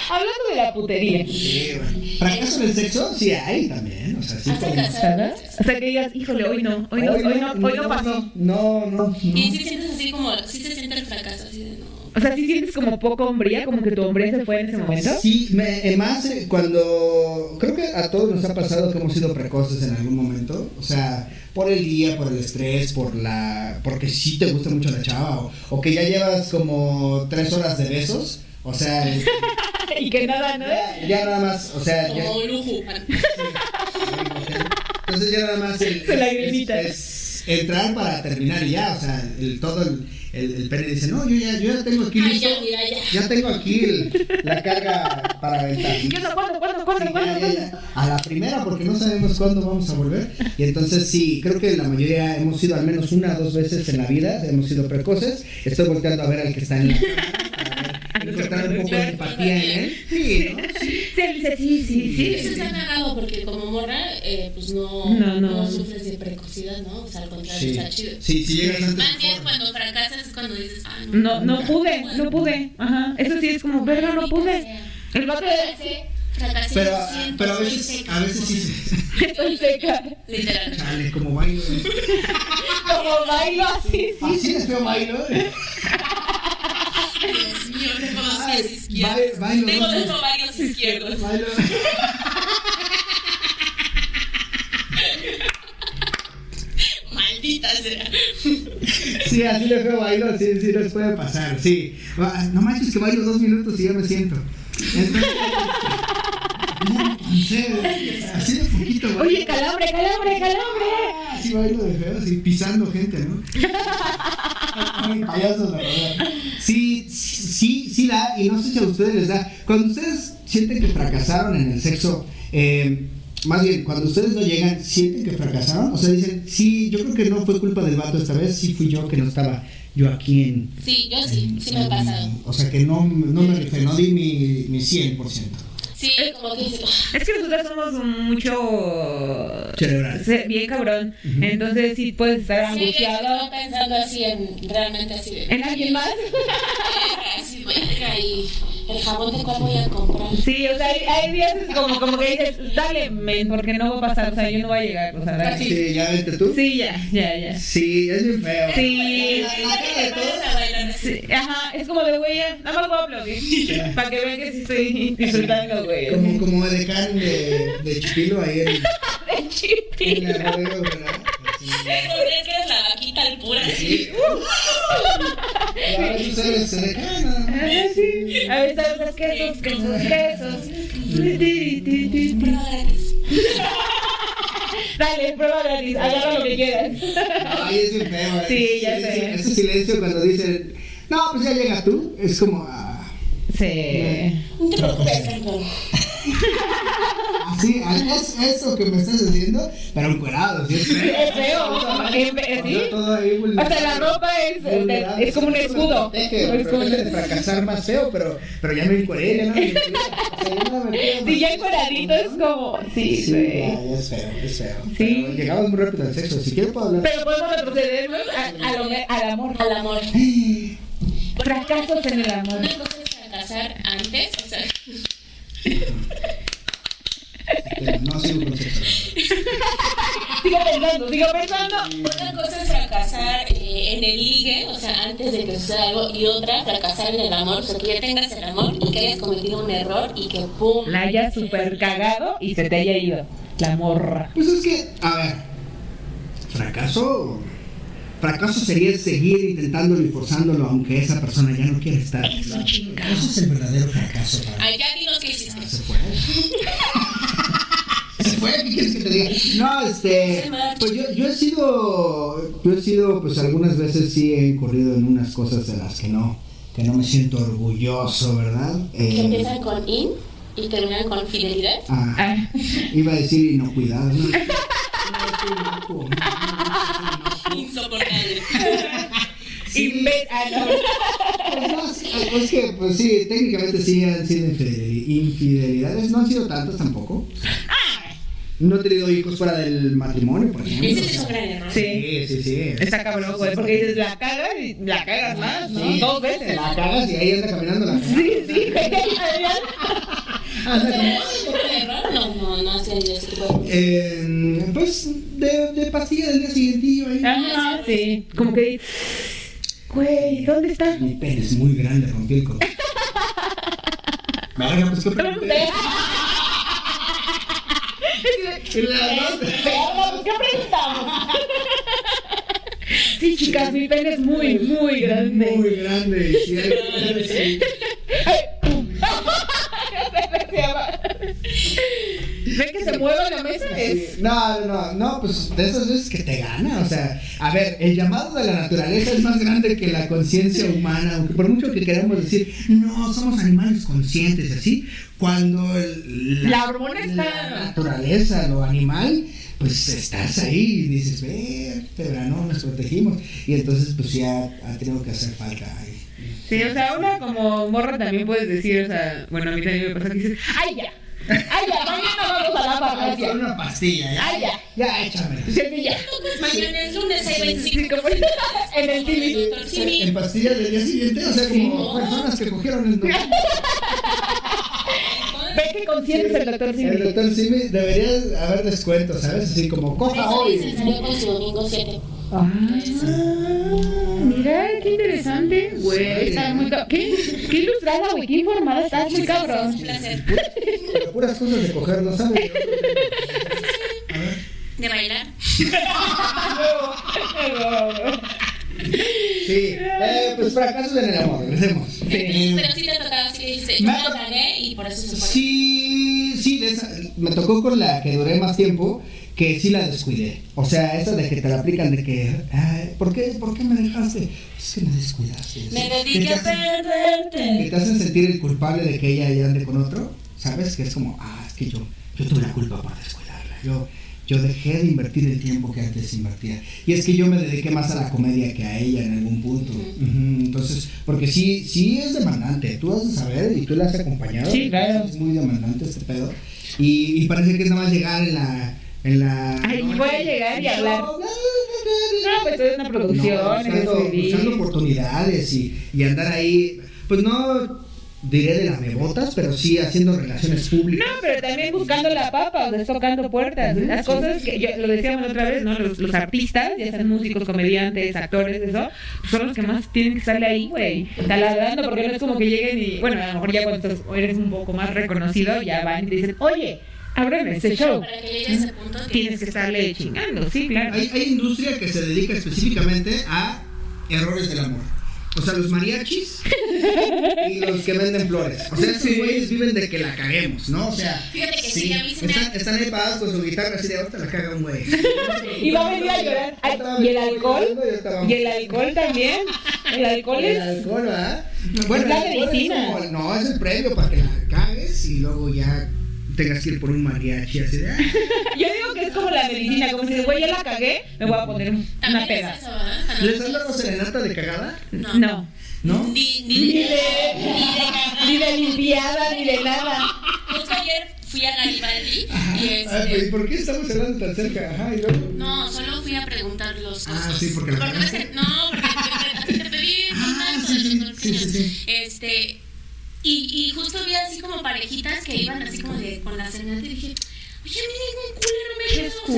Speaker 2: Hablando de la putería.
Speaker 3: Sí, güey. ¿Fracaso en el sexo? Sí hay también, o sea, sí
Speaker 1: Hasta
Speaker 3: también.
Speaker 1: casado.
Speaker 2: ¿Sabes? Hasta que digas, híjole, hoy no, hoy no, hoy no, hoy no pasó.
Speaker 3: No, no, no.
Speaker 1: Y si sientes así como, si se siente el fracaso, así de no.
Speaker 2: O sea, si sientes como poco hombría, como que tu hombría se fue en ese momento.
Speaker 3: Sí, me, eh, más eh, cuando creo que a todos nos ha pasado que hemos sido precoces en algún momento, o sea, por el día, por el estrés, por la, porque sí te gusta mucho la chava o, o que ya llevas como tres horas de besos, o sea, es-
Speaker 2: Y que nada, ¿no?
Speaker 3: ya, ya nada más, o sea, ya,
Speaker 1: Como lujo.
Speaker 3: Entonces ya nada más el-
Speaker 2: Su lagrimita.
Speaker 3: es- es entrar para terminar y ya, o sea, el, todo el, el, el pene dice, no, yo ya, yo ya tengo aquí
Speaker 1: Ay,
Speaker 3: listo,
Speaker 1: ya, mira, ya.
Speaker 3: ya tengo aquí el- la carga para aventar.
Speaker 2: Yo no, ¿cuándo, cuándo,
Speaker 3: Sí,
Speaker 2: cuándo,
Speaker 3: ya,
Speaker 2: cuándo,
Speaker 3: ya,
Speaker 2: cuándo?
Speaker 3: ya. A la primera, porque no sabemos cuándo vamos a volver. Y entonces, sí, creo que la mayoría hemos sido al menos una o dos veces en la vida, hemos sido precoces. Estoy volteando a ver al que está en la cama, para ver, encontrar un poco de empatía en él. Sí, ¿no? Sí.
Speaker 2: Sí, él dice, sí, sí,
Speaker 1: Eso
Speaker 2: sí.
Speaker 1: está cagado porque como morra, eh, pues no,
Speaker 2: No, no.
Speaker 1: sufres de precocidad, ¿no? O sea, al contrario,
Speaker 3: Sí,
Speaker 1: está chido.
Speaker 3: sí, si llegas antes.
Speaker 1: Más bien
Speaker 3: mejor.
Speaker 1: cuando fracasas es cuando dices, ah,
Speaker 2: No, no pude, no pude. Ajá. Eso sí es como, verga, no pude. El vato de
Speaker 1: Fracasé, fracasé,
Speaker 3: Pero,
Speaker 1: lo siento,
Speaker 3: pero a
Speaker 1: soy
Speaker 3: veces,
Speaker 1: seca.
Speaker 3: a veces sí. se-
Speaker 2: estoy seca.
Speaker 1: Literal.
Speaker 3: Chale, como bailo. ¿eh?
Speaker 2: Como bailo así, sí.
Speaker 3: Así les veo bailo. ¿eh?
Speaker 1: Dios mío, tengo dos pies izquierdos.
Speaker 3: Bailo, bailo.
Speaker 1: Tengo
Speaker 3: dos
Speaker 1: dos ovarios izquierdos.
Speaker 3: Bailo.
Speaker 1: Maldita sea.
Speaker 3: Sí, así le feo bailo, sí, sí nos puede pasar, sí. Ah, No manches que bailo dos minutos y ya me siento. Entonces, no me cansé, así de poquito bailo.
Speaker 2: Oye, calambre, calambre, calambre.
Speaker 3: así bailo de feo, así pisando gente, ¿no? Ay, payasos, la verdad. Sí, sí, sí da, y no sé si a ustedes les da. Cuando ustedes sienten que fracasaron en el sexo, eh, más bien, cuando ustedes no llegan, ¿sienten que fracasaron? O sea, dicen, sí, yo creo que no fue culpa del vato esta vez, sí fui yo que no estaba yo aquí en,
Speaker 1: Sí, yo sí, sí me ha
Speaker 3: Mm,
Speaker 1: pasado.
Speaker 3: O sea que no, no me rifé, no di mi, mi 100%.
Speaker 1: Sí, como que dices,
Speaker 2: Es que nosotros somos mucho.
Speaker 3: Cerebral.
Speaker 2: se- Bien cabrón.
Speaker 3: Ujú.
Speaker 2: Entonces sí puedes estar
Speaker 1: sí, estaba
Speaker 2: angustiado.
Speaker 1: pensando así en realmente así de.
Speaker 2: ¿En alguien más?
Speaker 1: Verga, Así, verga, y el jabón de cuál voy a comprar.
Speaker 2: Sí, o sea, hay, hay días como, como que dices, dale, men, porque no va a pasar, o sea, yo no voy a llegar, o sea, dale.
Speaker 3: Sí, ¿ya viste tú?
Speaker 2: Sí, ya, ya, ya.
Speaker 3: Sí, es bien feo.
Speaker 2: Sí.
Speaker 3: La- la cara de
Speaker 1: Te
Speaker 3: todos.
Speaker 1: pones a bailar así.
Speaker 2: Sí, Ajá, es como de güey, ya, nada más voy a aplaudir. Para que vean que sí estoy disfrutando, güey.
Speaker 3: Como, como de can de, de chipilo ahí en,
Speaker 2: De
Speaker 3: en
Speaker 2: chipi.
Speaker 3: la bodega, ¿verdad? Así.
Speaker 1: Podrías que eres la vaquita al pura así.
Speaker 3: Sí. Y ahora tú sabes, se decae nada más.
Speaker 2: Ah, sí. A ver, ¿sabes los quesos? Quesos, quesos.
Speaker 1: Prueba gratis.
Speaker 2: Dale, prueba gratis, agarra lo que quieras.
Speaker 3: Ay, es bien feo.
Speaker 2: Sí, ya
Speaker 3: Ese-
Speaker 2: sé.
Speaker 3: Ese silencio cuando dicen, no, pues ya llega tú, es como, ah,
Speaker 2: Sí.
Speaker 1: No te preocupes, Carlos.
Speaker 3: así, ah, es eso que me estás haciendo, pero encuerado, sí, es feo.
Speaker 2: Es feo. es fe-
Speaker 3: Cuando
Speaker 2: ¿Sí?
Speaker 3: todo ahí
Speaker 2: O sea,
Speaker 3: vulnerable.
Speaker 2: la ropa es,
Speaker 3: Vulnerable.
Speaker 2: es como un escudo.
Speaker 3: Protege,
Speaker 2: Es como un
Speaker 3: protege de fracasar más feo, pero, pero ya me encueré, ya no me encueré. O sea, ya no me encueré.
Speaker 2: Sí, ya encueradito es como. Sí,
Speaker 3: Sí,
Speaker 2: güey.
Speaker 3: ya, ya es feo, es feo.
Speaker 2: Sí.
Speaker 3: Pero llegamos muy rápido al sexo, si quieres puedo hablar.
Speaker 2: Pero podemos retroceder ¿no? a, a lo, me- al amor.
Speaker 1: Al amor.
Speaker 2: Fracasos en el amor.
Speaker 1: Una cosa es fracasar antes, o sea,
Speaker 3: Pero no sigo con sexo.
Speaker 2: Sigo pensando, sigo pensando.
Speaker 1: Una cosa es fracasar eh, en el ligue, o sea, antes de que suceda algo, y otra, fracasar en el amor, o sea, que ya tengas el amor y que hayas cometido un error y que ¡pum!
Speaker 2: La hayas super cagado y se te haya ido. La morra.
Speaker 3: Pues es que, a ver, fracaso. Fracaso sería seguir intentándolo y forzándolo aunque esa persona ya no quiere estar. Eso es el verdadero fracaso para
Speaker 1: Allá dinos qué hiciste.
Speaker 3: Se fue. Se fue, ¿qué quieres que te diga? No, este, pues yo, yo he sido, yo he sido, pues algunas veces sí he incurrido en unas cosas de las que no, que no me siento orgulloso, ¿verdad?
Speaker 1: Que
Speaker 3: Eh,
Speaker 1: empiezan con in y terminan con fidelidad.
Speaker 3: ah,
Speaker 2: Ah,
Speaker 3: iba a decir inocuidad, ¿no?
Speaker 1: Insoportable.
Speaker 3: Sí,
Speaker 2: inve- ah, no.
Speaker 3: pues no, sí, es que, pues sí, técnicamente sí han sido infidel- infidelidades, no han sido tantas tampoco. No he tenido hijos fuera del matrimonio, por ejemplo.
Speaker 1: Ese es un gran error.
Speaker 2: Sí.
Speaker 3: sí, sí.
Speaker 2: Está cabrón, güey, porque dices, la cagas y la cagas más, ¿no?
Speaker 3: Sí.
Speaker 2: Dos veces.
Speaker 3: La cagas y ahí anda caminando la cagas.
Speaker 2: Sí, sí, güey.
Speaker 3: Anda como-
Speaker 1: ¿Ese tipo de error? No, no, no has tenido ese tipo de error.
Speaker 3: Eh, pues de, de pastilla del día siguiente ahí.
Speaker 2: Ah. Ajá, sí. Como que dices, güey, ¿dónde está?
Speaker 3: Mi pene es muy grande, rompí el codo. Verga, pues qué pregunté. Y la dos-
Speaker 2: ¿Qué preguntamos? Sí, chicas, mi pene es muy, muy grande.
Speaker 3: Muy grande. y sí, hay-
Speaker 2: Ay, pum. Se me llama. ¿Ve que se mueve la mesa? Es...
Speaker 3: No, no, no, pues de esas veces que te gana, o sea, a ver, el llamado de la naturaleza es más grande que la conciencia humana, aunque por mucho que queramos decir, no, somos animales conscientes, así, cuando el-
Speaker 2: La hormona está-
Speaker 3: la naturaleza, lo animal, pues estás ahí y dices, ve, pero no, nos protegimos, y entonces pues ya ha tenido que hacer falta ahí.
Speaker 2: Sí, o sea, una como morra también puedes decir, o sea, bueno, a mí también me pasa que dices, ¡ay ya! ¡ay ya! Mañana vamos a la farmacia.
Speaker 3: Una pastilla, ya,
Speaker 2: ¡ay ya!
Speaker 3: ya échamela.
Speaker 2: Sí, sí, ya.
Speaker 1: Mañana es lunes, hay 25
Speaker 2: En el TV.
Speaker 1: Doctor Simi.
Speaker 3: En pastillas del día siguiente, o sea, como
Speaker 1: Sí.
Speaker 3: personas que cogieron el doctor.
Speaker 2: Ve que conscientes el doctor
Speaker 3: El
Speaker 2: Simi.
Speaker 3: doctor Simi debería haber descuento, ¿sabes? Así como coja
Speaker 1: Eso
Speaker 3: hoy.
Speaker 1: dice, salió con su domingo 7.
Speaker 2: Ah, mira, qué interesante. Güey, estás muy ca- ¿Qué, qué ilustrada, güey, qué informada estás, muy cabrón.
Speaker 1: Un placer.
Speaker 3: Pero puras cosas de coger, ¿no sabes?
Speaker 1: De bailar.
Speaker 3: Sí. Eh, pues fracasos en el amor, regresemos. Eh,
Speaker 1: Pero sí te ha tocado así que dijiste, yo
Speaker 3: Me-
Speaker 1: la cagué y por eso se fue.
Speaker 3: Sí, sí, de esa- me tocó con la que duré más tiempo, que sí la descuidé. O sea, esa de que te la aplican, de que, ay, ¿por, qué, ¿por qué me dejaste? Es que me descuidaste.
Speaker 1: Me
Speaker 3: Que
Speaker 1: dediqué
Speaker 3: te
Speaker 1: a
Speaker 3: hacen- que
Speaker 1: perderte.
Speaker 3: te hacen sentir el culpable de que ella ya ande con otro, ¿sabes? Que es como, ah, es que yo, yo tuve la culpa por descuidarla. Yo, yo dejé de invertir el tiempo que antes invertía. Y es que yo me dediqué más a la comedia que a ella en algún punto. Ujú, Entonces, porque sí, sí es demandante. Tú has de saber y tú la has acompañado.
Speaker 2: Sí, claro.
Speaker 3: Es muy demandante este pedo. Y, y parece que es nada más llegar en la... En la
Speaker 2: Ay, voy a llegar y hablar. No, pues es una
Speaker 3: no,
Speaker 2: producción, es
Speaker 3: buscando, buscando
Speaker 2: escribir.
Speaker 3: oportunidades y, y andar ahí, pues no diré de las mebotas, pero sí haciendo relaciones
Speaker 2: No,
Speaker 3: públicas.
Speaker 2: pero también buscando la papa, o sea, es tocando puertas.
Speaker 3: Ujú,
Speaker 2: Las
Speaker 3: sí.
Speaker 2: cosas que yo, lo decíamos otra vez, ¿no? Los, los artistas, ya sean músicos, comediantes, actores, eso, son los que más tienen que estarle ahí, güey, taladrando, porque no es como que lleguen y, bueno, a lo mejor ya cuando estás- eres un poco más reconocido, ya van y te dicen, oye, ábreme este show.
Speaker 1: Para que llegue a ese punto
Speaker 2: Tienes que estarle chingando, sí, claro.
Speaker 3: Hay, hay industria que se dedica específicamente a errores del amor. O sea, los mariachis y los que venden flores. O sea, esos güeyes viven de que la caguemos, ¿no? O sea,
Speaker 1: Fíjate que sí, a mí se me
Speaker 3: están, están ahí pagados con su guitarra así de ahorita la caga un güey.
Speaker 2: Y va a venir a llorar. Ay, ¿Y el alcohol? ¿Y el alcohol también? ¿El alcohol
Speaker 3: El
Speaker 2: es...?
Speaker 3: alcohol, ¿verdad?
Speaker 1: pues,
Speaker 2: Es la
Speaker 3: el alcohol
Speaker 2: medicina.
Speaker 3: es como- no, es el premio para que la cagues y luego ya tengas que ir por un mariachi así de, "Ah".
Speaker 2: Yo digo que es como la medicina, como si dices, güey, ya la cagué, me voy a poner una
Speaker 1: También
Speaker 2: peda.
Speaker 1: es eso, ¿ah?
Speaker 3: ¿Les han dado serenata de cagada?
Speaker 1: No.
Speaker 2: No.
Speaker 3: ¿No?
Speaker 1: Ni, ni,
Speaker 2: Ni
Speaker 1: ni
Speaker 2: de,
Speaker 1: de cagada.
Speaker 2: ni de limpiada, ni de nada.
Speaker 1: Justo ayer fui a Garibaldi y
Speaker 3: Ah, pero ¿y
Speaker 1: este.
Speaker 3: por qué estamos hablando tan cerca? Ajá, y luego.
Speaker 1: No, solo fui a preguntar los
Speaker 3: Ah,
Speaker 1: costos.
Speaker 3: sí, porque la
Speaker 1: ves que- No, porque te, te pedí el
Speaker 3: Ah,
Speaker 1: contacto
Speaker 3: sí,
Speaker 1: de
Speaker 3: sí,
Speaker 1: los
Speaker 3: sí, sí, sí.
Speaker 1: Este. Y, y justo vi así como parejitas que iban así como de con la serenata y dije, oye, a mí ningún culero me
Speaker 2: Pinches
Speaker 1: llevó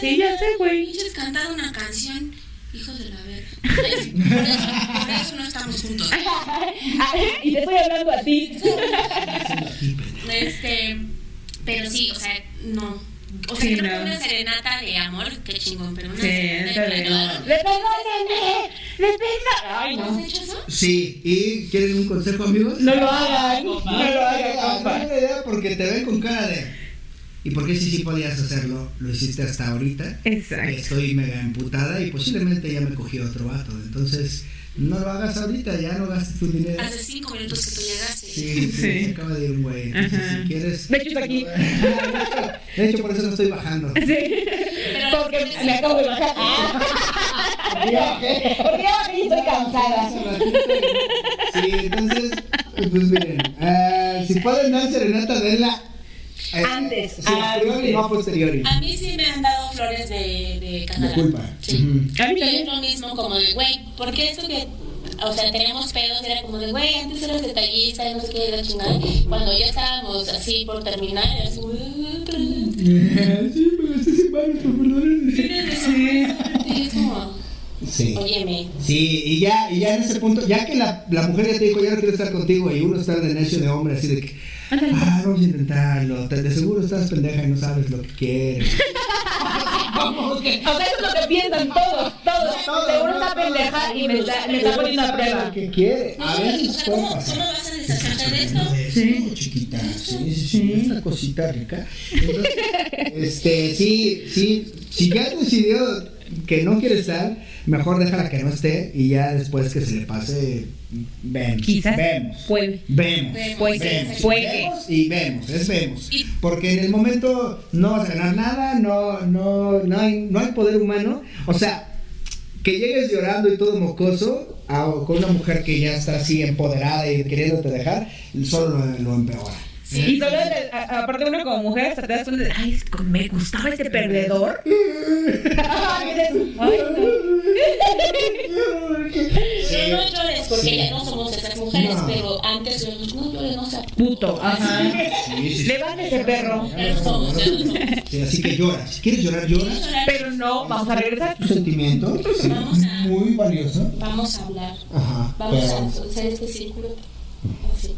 Speaker 1: serenata,
Speaker 2: sí, ya sé, güey.
Speaker 1: Pinches cantado una canción, hijos de la verga. Ay, sí, Por eso, por eso no estamos juntos.
Speaker 2: Ah, Y te estoy hablando a ti.
Speaker 1: Este, pero sí, o sea, no. O sea,
Speaker 2: Sí,
Speaker 1: creo
Speaker 2: no.
Speaker 1: que una serenata de amor, qué chingón, pero una
Speaker 2: Sí,
Speaker 1: serenata
Speaker 2: esa
Speaker 1: de
Speaker 2: de
Speaker 1: amor.
Speaker 2: Le perdónenme, le perdónenme. Ay,
Speaker 1: ¿No has
Speaker 2: no.
Speaker 1: hecho eso?
Speaker 3: Sí, ¿y quieren un consejo, amigos? Ah,
Speaker 2: No lo hagan, no
Speaker 3: No,
Speaker 2: lo hagan,
Speaker 3: no,
Speaker 2: compa.
Speaker 3: no, no, no, porque te ven con cara de. ¿Y por qué si sí podías hacerlo? Lo hiciste hasta ahorita.
Speaker 2: Exacto.
Speaker 3: Estoy mega emputada y posiblemente ya me cogí otro vato. Entonces, no lo hagas ahorita, ya no gastes tu dinero.
Speaker 1: Hace cinco minutos que tú llegaste.
Speaker 3: Sí, sí,
Speaker 2: Sí.
Speaker 3: se acaba de ir un güey. Entonces,
Speaker 2: Ajá.
Speaker 3: si quieres.
Speaker 2: De hecho, está aquí.
Speaker 3: De hecho, por eso no estoy bajando.
Speaker 2: Sí.
Speaker 1: Pero
Speaker 2: Porque me acabo de bajar. Porque ya me estoy cansada.
Speaker 3: Sí, entonces, pues miren, ah, si pueden dar serenata, denla eh,
Speaker 2: Antes,
Speaker 3: sí, a priori y no a posteriori.
Speaker 1: a mí sí me han dado flores de, de
Speaker 3: De
Speaker 1: catalán.
Speaker 3: culpa.
Speaker 1: Sí.
Speaker 3: Ujú.
Speaker 2: A mí
Speaker 1: Y es
Speaker 2: también.
Speaker 1: lo mismo como de, güey, ¿por qué esto que, o sea, tenemos pedos? Era como de, güey, antes eras detallista y no sé qué, era chingada. Cuando ya estábamos así por terminar, era así, güey,
Speaker 3: Sí, me gasté sin baño, perdón.
Speaker 1: tienes de sorpresa, y es como,
Speaker 3: Sí.
Speaker 1: óyeme.
Speaker 3: Sí, y ya, y ya en ese punto, ya que la, la mujer ya te dijo, ya no quiero estar contigo, y uno está de necio de hombre, así de que, ah, vamos a intentarlo, te- de seguro estás pendeja y no sabes lo que quieres. Como que-
Speaker 4: O sea, eso es lo que piensan todos, todos.
Speaker 3: Todos,
Speaker 4: Seguro
Speaker 3: ¿no?
Speaker 4: una pendeja y me está, me
Speaker 3: Seguro
Speaker 4: está poniendo a
Speaker 3: sabe lo
Speaker 4: prueba.
Speaker 3: que quiere.
Speaker 1: No,
Speaker 3: A
Speaker 1: sí,
Speaker 3: veces
Speaker 1: o sea,
Speaker 3: puede
Speaker 1: ¿cómo,
Speaker 3: pasar.
Speaker 1: ¿cómo vas a deshacerte de esto?
Speaker 3: Sí, chiquita, sí, sí, sí, esta cosita rica. Entonces, este, sí, sí, si ya decidió que no quiere estar, mejor déjala que no esté y ya después que se le pase, vemos.
Speaker 2: Quizás
Speaker 3: Vemos.
Speaker 2: puede.
Speaker 3: Vemos,
Speaker 1: Puede,
Speaker 3: vemos,
Speaker 1: pues,
Speaker 2: puede.
Speaker 3: vemos y vemos, es vemos. Porque en el momento no vas a ganar nada, no, no, no, hay, no hay poder humano. O sea, que llegues llorando y todo mocoso a- con una mujer que ya está así empoderada y queriéndote dejar, solo lo, lo empeora.
Speaker 2: Y solo, de- a- aparte uno como mujer, hasta te das cuenta de, ay, es que me gustaba este perdedor.
Speaker 4: Ay, dices, ay,
Speaker 1: Pero no llores, porque ya no somos esas mujeres,
Speaker 3: No.
Speaker 1: pero antes lloramos, no llores, no seas
Speaker 2: Puto, ajá.
Speaker 3: Sí, sí, sí.
Speaker 2: Le van ese perro.
Speaker 1: Ya no somos, ya no somos.
Speaker 3: Sí, así que llora. Si quieres llorar,
Speaker 1: ¿Quieres
Speaker 3: llora.
Speaker 1: llorar?
Speaker 2: Pero no, vamos a regresar.
Speaker 3: Tu sentimiento sí,
Speaker 1: Vamos a-
Speaker 3: muy valioso.
Speaker 1: Vamos a hablar.
Speaker 3: Ajá,
Speaker 1: Vamos a
Speaker 3: pero-
Speaker 1: hacer este círculo. Así.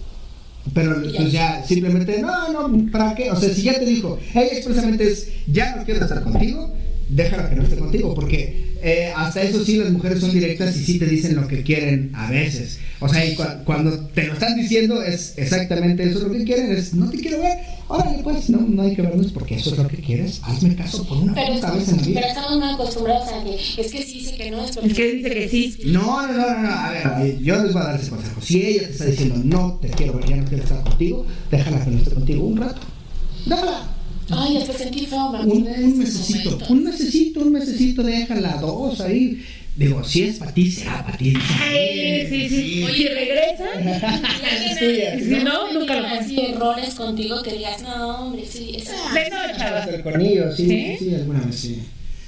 Speaker 3: Pero pues ya, simplemente, no, no, ¿para qué? O sea, si ya te dijo, ella expresamente es, ya no quiero estar contigo, déjala que no esté contigo, porque eh, hasta eso sí las mujeres son directas y sí te dicen lo que quieren a veces. O sea, y cua- cuando te lo están diciendo es exactamente eso lo que quieren, es, no te quiero ver, órale pues, no, no hay que vernos porque eso es lo que quieres, hazme caso por una
Speaker 1: Pero,
Speaker 3: puta vez en la vida.
Speaker 1: pero estamos mal acostumbrados a que es que sí dice que no, es porque
Speaker 2: Es que dice que sí.
Speaker 3: No, no, no, no, no, a ver, eh, yo les voy a dar ese consejo. Si ella te está diciendo, no te quiero ver, ya no quiero estar contigo, déjala que no esté contigo un rato. Déjala.
Speaker 1: Ay, hasta sentí feo, me
Speaker 3: Un,
Speaker 1: acordé de
Speaker 3: un
Speaker 1: ese
Speaker 3: mesecito,
Speaker 1: este momento.
Speaker 3: un mesecito, un mesecito, déjala dos ahí. Digo, si es para ti, será para ti.
Speaker 2: Ay, sí, sí. Oye, regresa.
Speaker 1: Y
Speaker 3: tuya.
Speaker 1: alguien-
Speaker 2: Si no,
Speaker 1: alguien
Speaker 2: nunca lo
Speaker 1: tiene así errores contigo que digas, no, hombre, sí, esa.
Speaker 3: Ah,
Speaker 2: De no, chavas.
Speaker 3: Hacer con ellos, sí,
Speaker 2: ¿Sí?
Speaker 3: sí, alguna vez sí.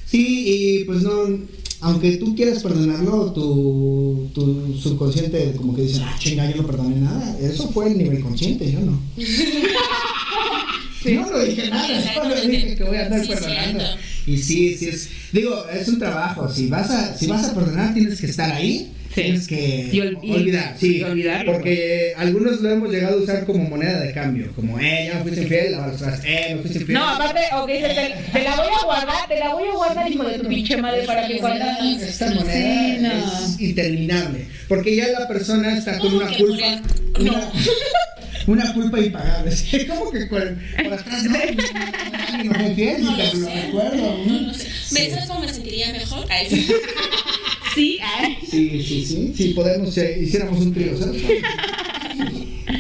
Speaker 3: Sí, y pues no, aunque tú quieras perdonarlo, tu, tu subconsciente como que dice, ah, chinga, yo no perdoné nada. Eso fue el nivel consciente, yo no. Yo no dije nada, solo dije que voy a andar
Speaker 1: Sí,
Speaker 3: perdonando.
Speaker 1: cierto.
Speaker 3: Y sí, sí es, digo, es un trabajo, si vas a, si vas a perdonar tienes que estar ahí.
Speaker 2: Sí.
Speaker 3: Tienes que
Speaker 2: Y ol- y-
Speaker 3: olvidar, sí,
Speaker 2: y olvidarlo. pues.
Speaker 3: porque algunos lo hemos llegado a usar como moneda de cambio, como, eh, ya me fuiste infiel, ahora estás, eh, me fuiste infiel.
Speaker 2: No, aparte, ok, dice, te, te la voy a guardar, te la voy a guardar, hijo de tu pinche madre, para que cuando...
Speaker 3: Esta moneda
Speaker 2: Sí, no.
Speaker 3: es interminable. Porque ya la persona está con
Speaker 1: ¿Cómo
Speaker 3: una
Speaker 1: que
Speaker 3: culpa.
Speaker 1: por el-
Speaker 3: una-
Speaker 1: no.
Speaker 3: Una culpa impagable. Sí, ¿Cómo que por, por atrás no? No, no, no, no, entiendo,
Speaker 1: No lo
Speaker 3: pero lo
Speaker 1: sé.
Speaker 3: recuerdo.
Speaker 1: No lo sé.
Speaker 3: Sí.
Speaker 1: ¿Me sabes cómo me sentiría mejor? Ay, sí.
Speaker 2: Sí, ay.
Speaker 3: Sí, sí, sí. Si podemos, si hiciéramos un trío, ¿sabes?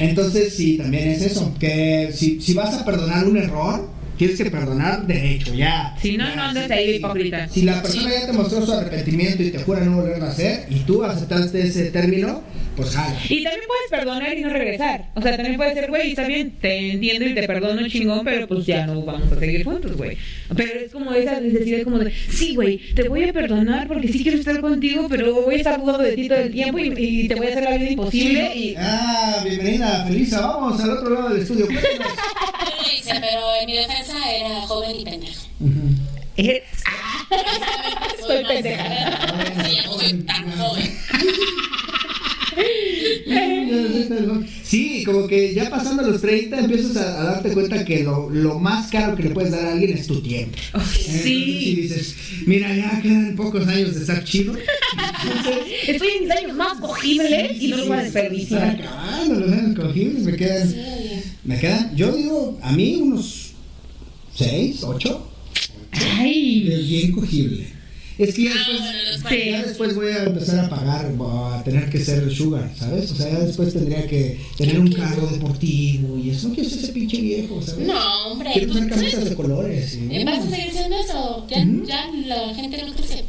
Speaker 3: Entonces, sí, también es eso. Que si, si vas a perdonar un error, tienes que perdonar de hecho, ya.
Speaker 2: Si no, no andes ahí de hipócrita.
Speaker 3: Si la persona ya te mostró su arrepentimiento y te jura no volverlo a hacer, y tú aceptaste ese término, pues jala.
Speaker 2: Y también puedes perdonar y no regresar. O sea, también puede ser, güey, está bien, te entiendo y te perdono un chingón, pero pues ya no vamos a seguir juntos, güey. Pero es como esa necesidad como de, sí, güey, te voy a perdonar porque sí quiero estar contigo, pero voy a estar jugando de ti todo el tiempo y, y te voy a hacer la vida imposible y...
Speaker 3: Ah, bienvenida, Felisa. Vamos al otro lado del estudio. cuéntanos.
Speaker 1: Yo lo hice, pero en mi defensa era joven y pendejo.
Speaker 3: Ujú.
Speaker 1: Soy
Speaker 2: Soy
Speaker 1: más
Speaker 2: pendeja.
Speaker 1: grande. Sí, no soy tan joven.
Speaker 3: Sí, como que ya pasando los 30 empiezas a, a darte cuenta que lo, lo más caro que le puedes dar a alguien es tu tiempo. Entonces, si
Speaker 2: Sí,
Speaker 3: dices, mira, ya quedan pocos años de estar chido. Entonces,
Speaker 2: estoy en mis años más cogibles y no los voy a
Speaker 3: para
Speaker 2: desperdiciar.
Speaker 3: acabando los años cogibles, me quedan,
Speaker 1: Sí, oye.
Speaker 3: me quedan, yo digo, a mí unos 6, 8,
Speaker 2: Ay,
Speaker 3: es bien cogible. Es que ya
Speaker 1: Ah, bueno, los
Speaker 3: después-
Speaker 2: Sí.
Speaker 1: cuarenta.
Speaker 3: Ya después voy a empezar a pagar, a tener que ser sugar, ¿sabes? O sea, ya después tendría que tener un carro deportivo y eso. No quiero ser ese pinche viejo, ¿sabes?
Speaker 1: No, hombre.
Speaker 3: Quiero
Speaker 1: tú-
Speaker 2: pues,
Speaker 3: usar camisas de colores. ¿sí?
Speaker 1: ¿eh, ¿Vas a seguir siendo eso? Ya,
Speaker 3: Ujú.
Speaker 1: ya la gente no crece.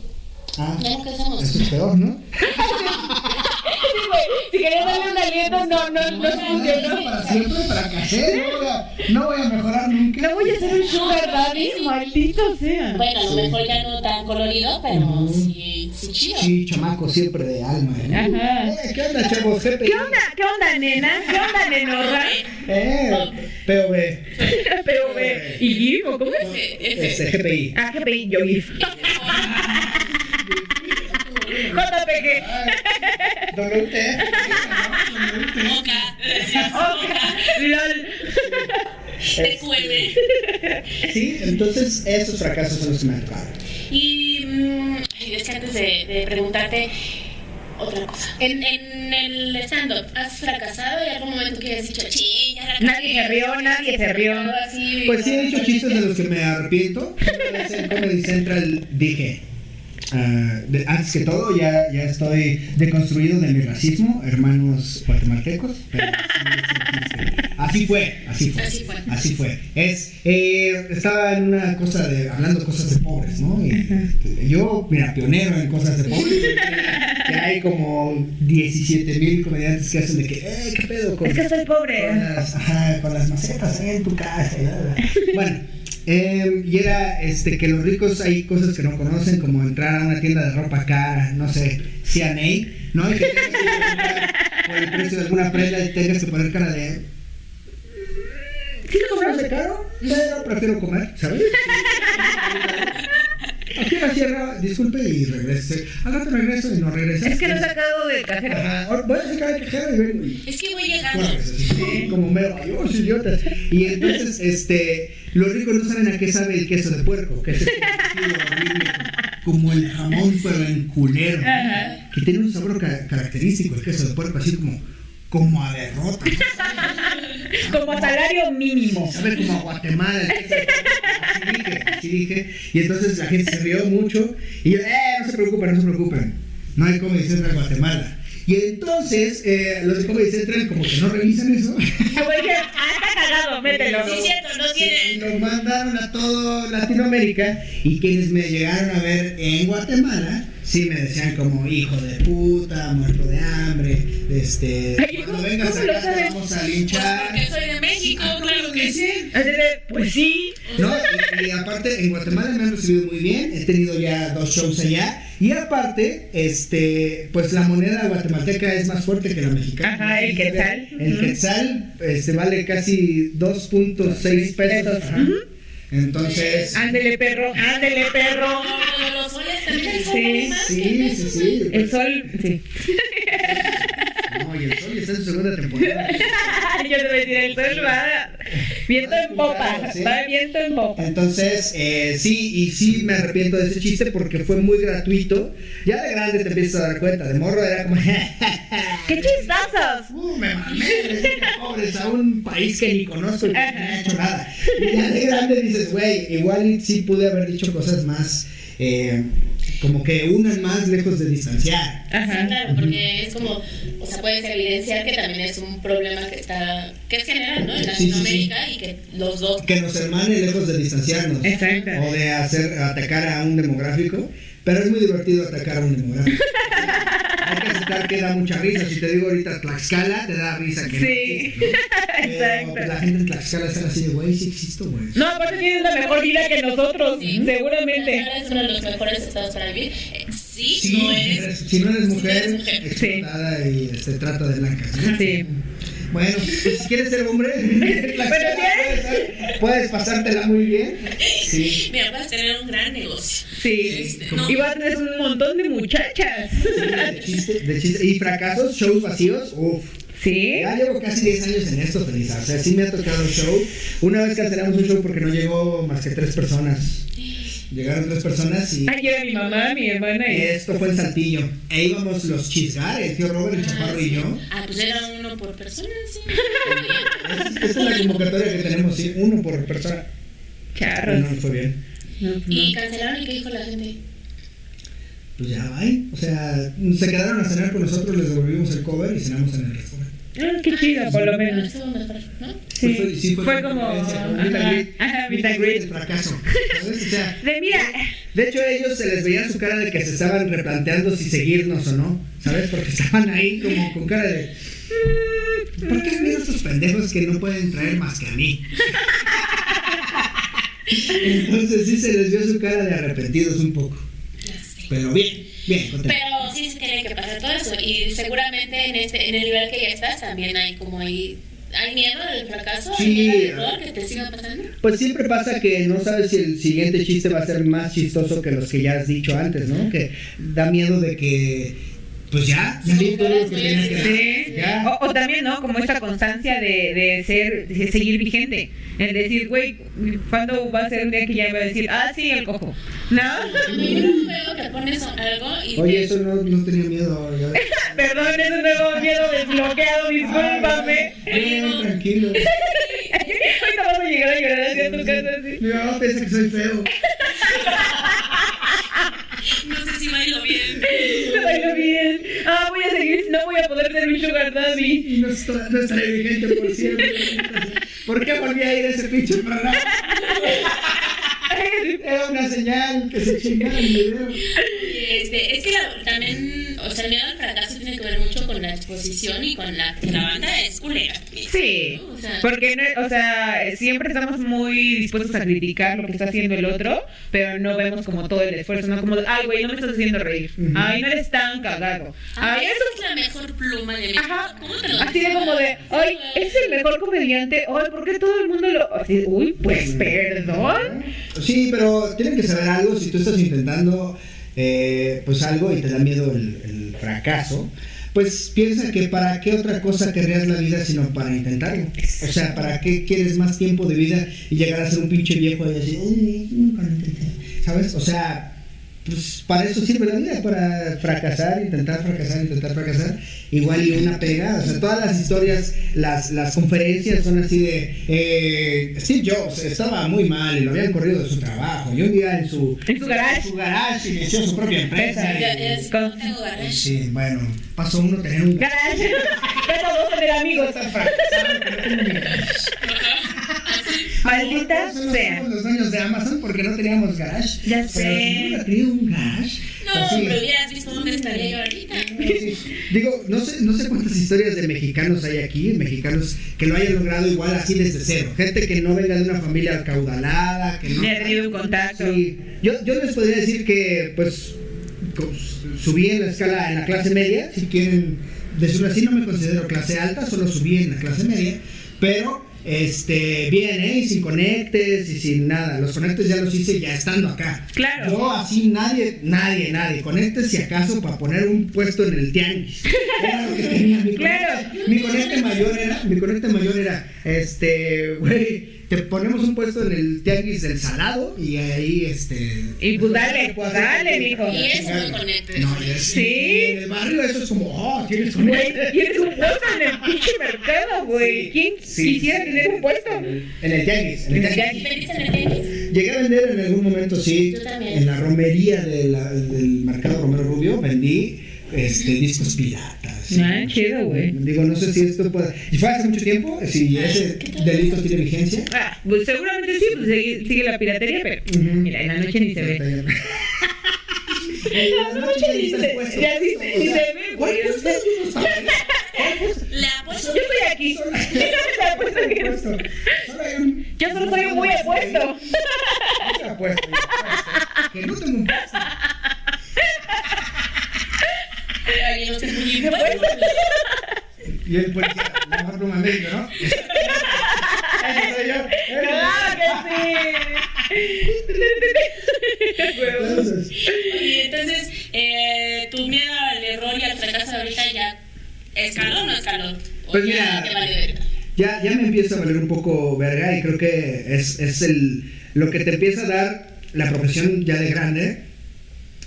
Speaker 3: Ah,
Speaker 1: Ya no crecemos.
Speaker 3: eso es peor, ¿no?
Speaker 2: sí, güey, si querías darle un aliento, no, no, no funcionó.
Speaker 3: Para siempre fracasé, no voy a, no voy a mejorar nunca.
Speaker 2: No voy a ser un sugar daddy, maldito sea.
Speaker 1: Bueno, a lo
Speaker 3: Sí.
Speaker 1: mejor ya no tan colorido, pero
Speaker 3: Ujú.
Speaker 1: sí, sí chido.
Speaker 3: Sí, chamaco, siempre de alma. ¿eh?
Speaker 2: Ajá.
Speaker 3: Eh, ¿Qué onda, chavos? ¿Qué
Speaker 2: ¿Qué onda? ¿Qué onda, nena? ¿Qué onda, nenorra?
Speaker 3: Eh, POV,
Speaker 2: Pero, eh, ¿y GIF o cómo es?
Speaker 1: F,
Speaker 3: este, GPI.
Speaker 2: Ah, GPI, yo GIF. JPG.
Speaker 3: WTF.
Speaker 1: Moca.
Speaker 2: Oca, LOL.
Speaker 1: de cueve.
Speaker 3: Sí, entonces esos fracasos son los que me han tocado.
Speaker 1: Y mm, ay, es que antes de, de preguntarte otra cosa. En, en el stand-up, ¿has fracasado en algún momento que has dicho, ching, ya la
Speaker 2: Nadie
Speaker 1: cagué"?
Speaker 2: se rió, nadie se rió.
Speaker 1: Algo así,
Speaker 3: Pues sí,
Speaker 1: ¿no?
Speaker 3: he hecho chistes de los que me arrepiento. Una vez en Comedy Central dije, ah, de- antes que todo, ya, ya estoy deconstruido de mi racismo, hermanos guatemaltecos. pero sí, sí, sí. Así fue, así fue.
Speaker 1: Así fue.
Speaker 3: Así fue. Es, eh, estaba en una cosa de, hablando cosas de pobres, ¿no? Y, este, yo, mira, pionero en cosas de pobres. que hay como 17 mil comediantes que hacen de que, eh, qué pedo con
Speaker 2: Es que soy
Speaker 3: con
Speaker 2: pobre.
Speaker 3: las, ajá, con las macetas ahí en tu casa. bla, bla, bla. Bueno, eh, y era este, que los ricos hay cosas que no conocen, como entrar a una tienda de ropa cara, no sé, CNA, ¿no? Y que tengas que preguntar por el precio de alguna prenda y tengas que poner cara de.
Speaker 2: Sí lo
Speaker 3: ¿No
Speaker 2: compró.
Speaker 3: caro? Pero prefiero comer, ¿sabes? Aquí la sierra, disculpe y regrese. Al rato regreso y no regresas.
Speaker 2: Es que lo he sacado de cajero.
Speaker 3: Ajá, ahora voy a sacar el cajero y vengo y-
Speaker 1: Es que voy llegando.
Speaker 3: Bueno, sí, como mero, ay, unos idiotas. Y entonces, este, los ricos no saben a qué sabe el queso de puerco, que es ese quesillo horrible, como el jamón, pero en culero,
Speaker 2: Ajá.
Speaker 3: que tiene un sabor ca- característico, el queso de puerco, así como, como a derrota, ¿no?
Speaker 2: Como salario mínimo.
Speaker 3: sabe como a Guatemala. el queso de puerco. Así dije, así dije. Y entonces la gente se rió mucho, y yo, eh, no se preocupen, no se preocupen, no hay Comedy Central en Guatemala. Y entonces, eh, los de Comedy Central como que no revisan eso.
Speaker 2: Como dije, ah, está cagado, mételo.
Speaker 1: Sí, cierto, no
Speaker 3: Y
Speaker 1: tienen.
Speaker 3: nos mandaron a todo Latinoamérica y quienes me llegaron a ver en Guatemala, sí me decían como hijo de puta, muerto de hambre, este,
Speaker 2: Ay,
Speaker 3: cuando
Speaker 2: ¿cómo-
Speaker 3: vengas
Speaker 2: cómo lo
Speaker 3: acá te
Speaker 2: sabes?
Speaker 3: vamos a
Speaker 1: Pues
Speaker 3: linchar.
Speaker 1: porque soy de México,
Speaker 3: ah,
Speaker 1: claro que sí.
Speaker 2: Así de, Pues sí.
Speaker 3: No, y, y aparte en Guatemala me han recibido muy bien, he tenido ya dos shows allá y aparte, este, pues la moneda guatemalteca es más fuerte que la mexicana.
Speaker 2: Ajá, el quetzal.
Speaker 3: El
Speaker 2: Ujú.
Speaker 3: quetzal este, vale casi 2.6 pesos. ajá.
Speaker 2: Ujú. Ah,
Speaker 3: Entonces,
Speaker 2: Ándele, perro. Ándele, perro.
Speaker 1: Como los soles también son
Speaker 2: Sí,
Speaker 1: animales que
Speaker 3: sí, sí,
Speaker 1: pesan.
Speaker 3: sí.
Speaker 2: El sol, sí.
Speaker 3: No, y el sol está en su segunda temporada.
Speaker 2: Yo te voy a decir, el sol va viento en popa.
Speaker 3: Sí.
Speaker 2: Va viento en popa.
Speaker 3: Entonces, eh, sí, y sí me arrepiento de ese chiste porque fue muy gratuito. Ya de grande te empiezas a dar cuenta, de morro era como,
Speaker 2: ¡Qué chistazos!
Speaker 3: ¡uh, me mamé! decirle pobres a un país que ni conozco y que no ha hecho nada. Y ya de grande dices, güey, igual y sí pude haber dicho cosas más, eh, como que unan más lejos de distanciar.
Speaker 1: Sí,
Speaker 2: Ajá.
Speaker 1: claro, porque es como, o sea, puedes evidenciar que también es un problema que está, que es general, ¿no? En
Speaker 3: Sí, sí, sí.
Speaker 1: Latinoamérica y que los dos
Speaker 3: Que nos hermane lejos de distanciarnos.
Speaker 2: Exacto.
Speaker 3: o de hacer atacar a un demográfico, pero es muy divertido atacar a un demográfico. Hay que aceptar que da mucha risa. Si te digo ahorita Tlaxcala, te da risa que no
Speaker 2: Sí.
Speaker 3: existe, ¿no? Pero,
Speaker 2: Exacto.
Speaker 3: pues, la gente en Tlaxcala está así de, güey, sí existo, güey.
Speaker 2: No, aparte tienes la mejor vida que nosotros,
Speaker 1: Sí.
Speaker 2: seguramente.
Speaker 1: Guadalajara es uno de los mejores estados para vivir. Eh, sí,
Speaker 3: Sí,
Speaker 1: no eres.
Speaker 3: si no eres mujer,
Speaker 1: eres mujer.
Speaker 3: explotada y este, trata de blancas. ¿no?
Speaker 2: Sí.
Speaker 3: Bueno, pues, si quieres ser hombre, en Tlaxcala
Speaker 2: Pero ya
Speaker 3: puedes, ser- puedes pasártela muy bien. Sí.
Speaker 1: Mira, vas a tener un gran negocio.
Speaker 2: Sí.
Speaker 1: Este, no.
Speaker 2: Y vas a tener un montón de muchachas.
Speaker 3: De chiste, de chiste. Y fracasos, shows vacíos, uff.
Speaker 2: Sí.
Speaker 3: Ya llevo casi 10 años en esto, Felisa. O sea, sí me ha tocado el show. Una vez cancelamos un show porque no llegó más que tres personas. Llegaron tres personas y
Speaker 2: Ay, era mi mamá, mi hermana y
Speaker 3: esto fue en Saltillo. E íbamos los chisgar, el tío Robert, el chaparro y yo.
Speaker 1: Ah, pues era uno por persona, sí.
Speaker 3: Es- Esta es la convocatoria que tenemos, sí, uno por persona.
Speaker 2: charros.
Speaker 3: No, no fue bien.
Speaker 1: y cancelaron y qué dijo la gente.
Speaker 3: Pues ya, bye. O sea, se quedaron a cenar con nosotros, les devolvimos el cover y cenamos en el restaurante.
Speaker 2: Ah, qué chido, por lo menos.
Speaker 1: Estuvo mejor, ¿no?
Speaker 2: Sí.
Speaker 3: Pues
Speaker 2: fue
Speaker 3: una
Speaker 2: como.
Speaker 3: conferencia,
Speaker 2: Ajá,
Speaker 3: un meet and greet.
Speaker 2: ajá, meet and
Speaker 3: El
Speaker 2: greet.
Speaker 3: fracaso. ¿sabes? O sea,
Speaker 2: De mira,
Speaker 3: De hecho, ellos se les veía su cara de que se estaban replanteando si seguirnos o no, ¿sabes? Porque estaban ahí como con cara de. "Mm, ¿Por qué vienen estos pendejos que no pueden traer más que a mí? Entonces sí se les vio su cara de arrepentidos un poco.
Speaker 1: Ya sé.
Speaker 3: Pero bien, bien, contento.
Speaker 1: Pero sí se tiene que pasar todo eso. Y seguramente en, este, en el nivel que ya estás también hay como ahí. ¿Hay miedo del fracaso? ¿Hay
Speaker 3: Sí.
Speaker 1: miedo del error que te siga pasando?
Speaker 3: Pues siempre pasa que no sabes si el siguiente chiste va a ser más chistoso que los que ya has dicho antes, ¿no? Que da miedo de que pues ya, ya di todo lo que tenía que dar.
Speaker 2: Sí.
Speaker 3: Ya.
Speaker 2: O, o también, ¿no? Como esta constancia de, de ser, de seguir vigente. El decir, güey, ¿cuándo va a ser un día que ya va a decir, ah, sí, el cojo? ¿No?
Speaker 1: Yo no veo que pones algo y
Speaker 3: Oye, eso no, no tenía miedo. ya.
Speaker 2: Perdón, es un nuevo miedo desbloqueado, discúlpame.
Speaker 3: Ay, tranquilo.
Speaker 2: Ahorita vas a llegar a llorar hacia tu casa así.
Speaker 3: No, piensa que soy feo.
Speaker 1: no sé si bailo bien.
Speaker 2: Te bailo bien. Ah, voy a seguir, no voy a poder ser mi sugar daddy.
Speaker 3: Y no, estra- no estaré vigente por siempre. ¿Por qué volví a ir a ese pinche programa? Era una señal que se chingara el video.
Speaker 1: Y, Este, es que la- también, o sea, el miedo al fracaso tiene que ver mucho con la exposición y con la que la banda es culera.
Speaker 2: Sí,
Speaker 1: O sea,
Speaker 2: porque, no- o sea, siempre estamos muy dispuestos a criticar lo que está haciendo el otro, pero no vemos como todo el esfuerzo, no como, ay, güey, no me estás haciendo reír, ay, no eres tan cagado, ay,
Speaker 3: Ah,
Speaker 1: Ay,
Speaker 2: eso
Speaker 1: esa es la mejor pluma de mi
Speaker 2: Ajá,
Speaker 1: ¿Cómo te lo
Speaker 2: así de
Speaker 1: dices?
Speaker 2: como de, ay, es el mejor comediante, ay, ¿por qué todo el mundo lo...? así, Uy, pues, perdón.
Speaker 3: Sí, pero tienen que saber algo. Si tú estás intentando eh, pues algo y te da miedo el, el fracaso, pues piensa que para qué otra cosa querrías la vida sino para intentarlo. O sea, ¿para qué quieres más tiempo de vida y llegar a ser un pinche viejo y decir, "Uy, nunca lo intenté"? ¿Sabes? O sea, pues para eso sirve la vida, para fracasar, intentar fracasar, intentar fracasar. Igual y una pega, o sea, todas las historias, las, las conferencias son así de, eh, Steve Jobs estaba muy mal y lo habían corrido de su trabajo y un día en su,
Speaker 2: En su garage.
Speaker 3: su garage inició su propia empresa.
Speaker 1: Ya, es-
Speaker 3: Y,
Speaker 1: no tengo garage.
Speaker 3: sí, bueno, pasó uno tener un garage.
Speaker 2: Gracias, pero vamos a ser amigos,
Speaker 3: tan fracasado que no tengo ni garage.
Speaker 2: maldita
Speaker 3: Nosotros
Speaker 2: sea.
Speaker 3: somos los dueños de Amazon porque no teníamos garage.
Speaker 2: Ya
Speaker 3: Pero
Speaker 2: sé.
Speaker 3: si hubiera tenido un garage. pues
Speaker 1: No,
Speaker 3: así,
Speaker 1: pero hubieras visto dónde estaría yo ahorita.
Speaker 3: Digo, no sé, no sé cuántas historias de mexicanos hay aquí, mexicanos que lo hayan logrado igual así desde cero. Gente que no venga de una familia acaudalada, que no...
Speaker 2: Me río un contacto.
Speaker 3: Sí. Yo, yo les podría decir que, pues, co- subí en la escala, en la clase media, si quieren decirlo así, no me considero clase alta, solo subí en la clase media, pero... Este, bien, ¿eh? Y sin conectes y sin nada. Los conectes ya los hice ya estando acá.
Speaker 2: Claro.
Speaker 3: Yo así nadie, nadie, nadie. Conectes si acaso para poner un puesto en el tianguis. Era lo que tenía mi
Speaker 2: Claro.
Speaker 3: conecte. Mi conecte este mayor era, mi conecte mayor era, este, güey, te ponemos un puesto en el tianguis del salado y ahí, este.
Speaker 2: Y pues dale, pues dale, mijo.
Speaker 1: Y eso no conecte.
Speaker 3: No, y es-
Speaker 2: Sí.
Speaker 3: y En el barrio eso es como, oh, tienes
Speaker 2: Güey,
Speaker 3: conecte.
Speaker 2: tienes un puesto en el pinche mercado, güey. ¿Quién
Speaker 3: Sí.
Speaker 2: quisiera tener un puesto?
Speaker 3: En el tianguis, en el tianguis.
Speaker 1: ¿Y ¿Vendiste en el tenis?
Speaker 3: Llegué a vender en algún momento, sí.
Speaker 1: Yo también.
Speaker 3: En la romería de la- del mercado Romero Rubio vendí este, discos piratas.
Speaker 2: Ah, chido, güey.
Speaker 3: Digo, no sé si esto puede. Y fue hace mucho tiempo, si ese delito tiene vigencia.
Speaker 2: Ah, pues seguramente sí, pues sigue, sigue la piratería, pero
Speaker 3: Ujú.
Speaker 2: mira, en la noche ni se ve.
Speaker 3: En las noches
Speaker 2: noche
Speaker 3: ahí
Speaker 2: ni
Speaker 3: estás
Speaker 2: se-
Speaker 3: puesto.
Speaker 2: ya ni-
Speaker 3: O
Speaker 2: ni
Speaker 3: sea,
Speaker 2: se ve,
Speaker 3: ¿cuál
Speaker 2: güey, o
Speaker 3: puesto?
Speaker 2: sea.
Speaker 3: Yo no sabía.
Speaker 1: La apuesto.
Speaker 2: Yo estoy aquí. Yo me apuesto
Speaker 3: ¿Cuál
Speaker 2: que-
Speaker 3: puesto? Solo hay un-
Speaker 2: Yo solo soy muy apuesto.
Speaker 3: Muy apuesto, muy apuesto. Que no tengo un puesto.
Speaker 1: Ay, no sé, muy bien puesto.
Speaker 3: Y el policía, mejor no me meto, ¿no? Ese soy yo.
Speaker 2: Claro que sí. Huevos.
Speaker 3: Entonces,
Speaker 1: Y entonces, eh, tu miedo al error y al fracaso ahorita ya escaló o no escaló. O
Speaker 3: Pues
Speaker 1: ya
Speaker 3: mira.
Speaker 1: te vale verga.
Speaker 3: ya, ya me empieza a valer un poco verga y creo que es, es el, lo que te empieza a dar la profesión ya de grande,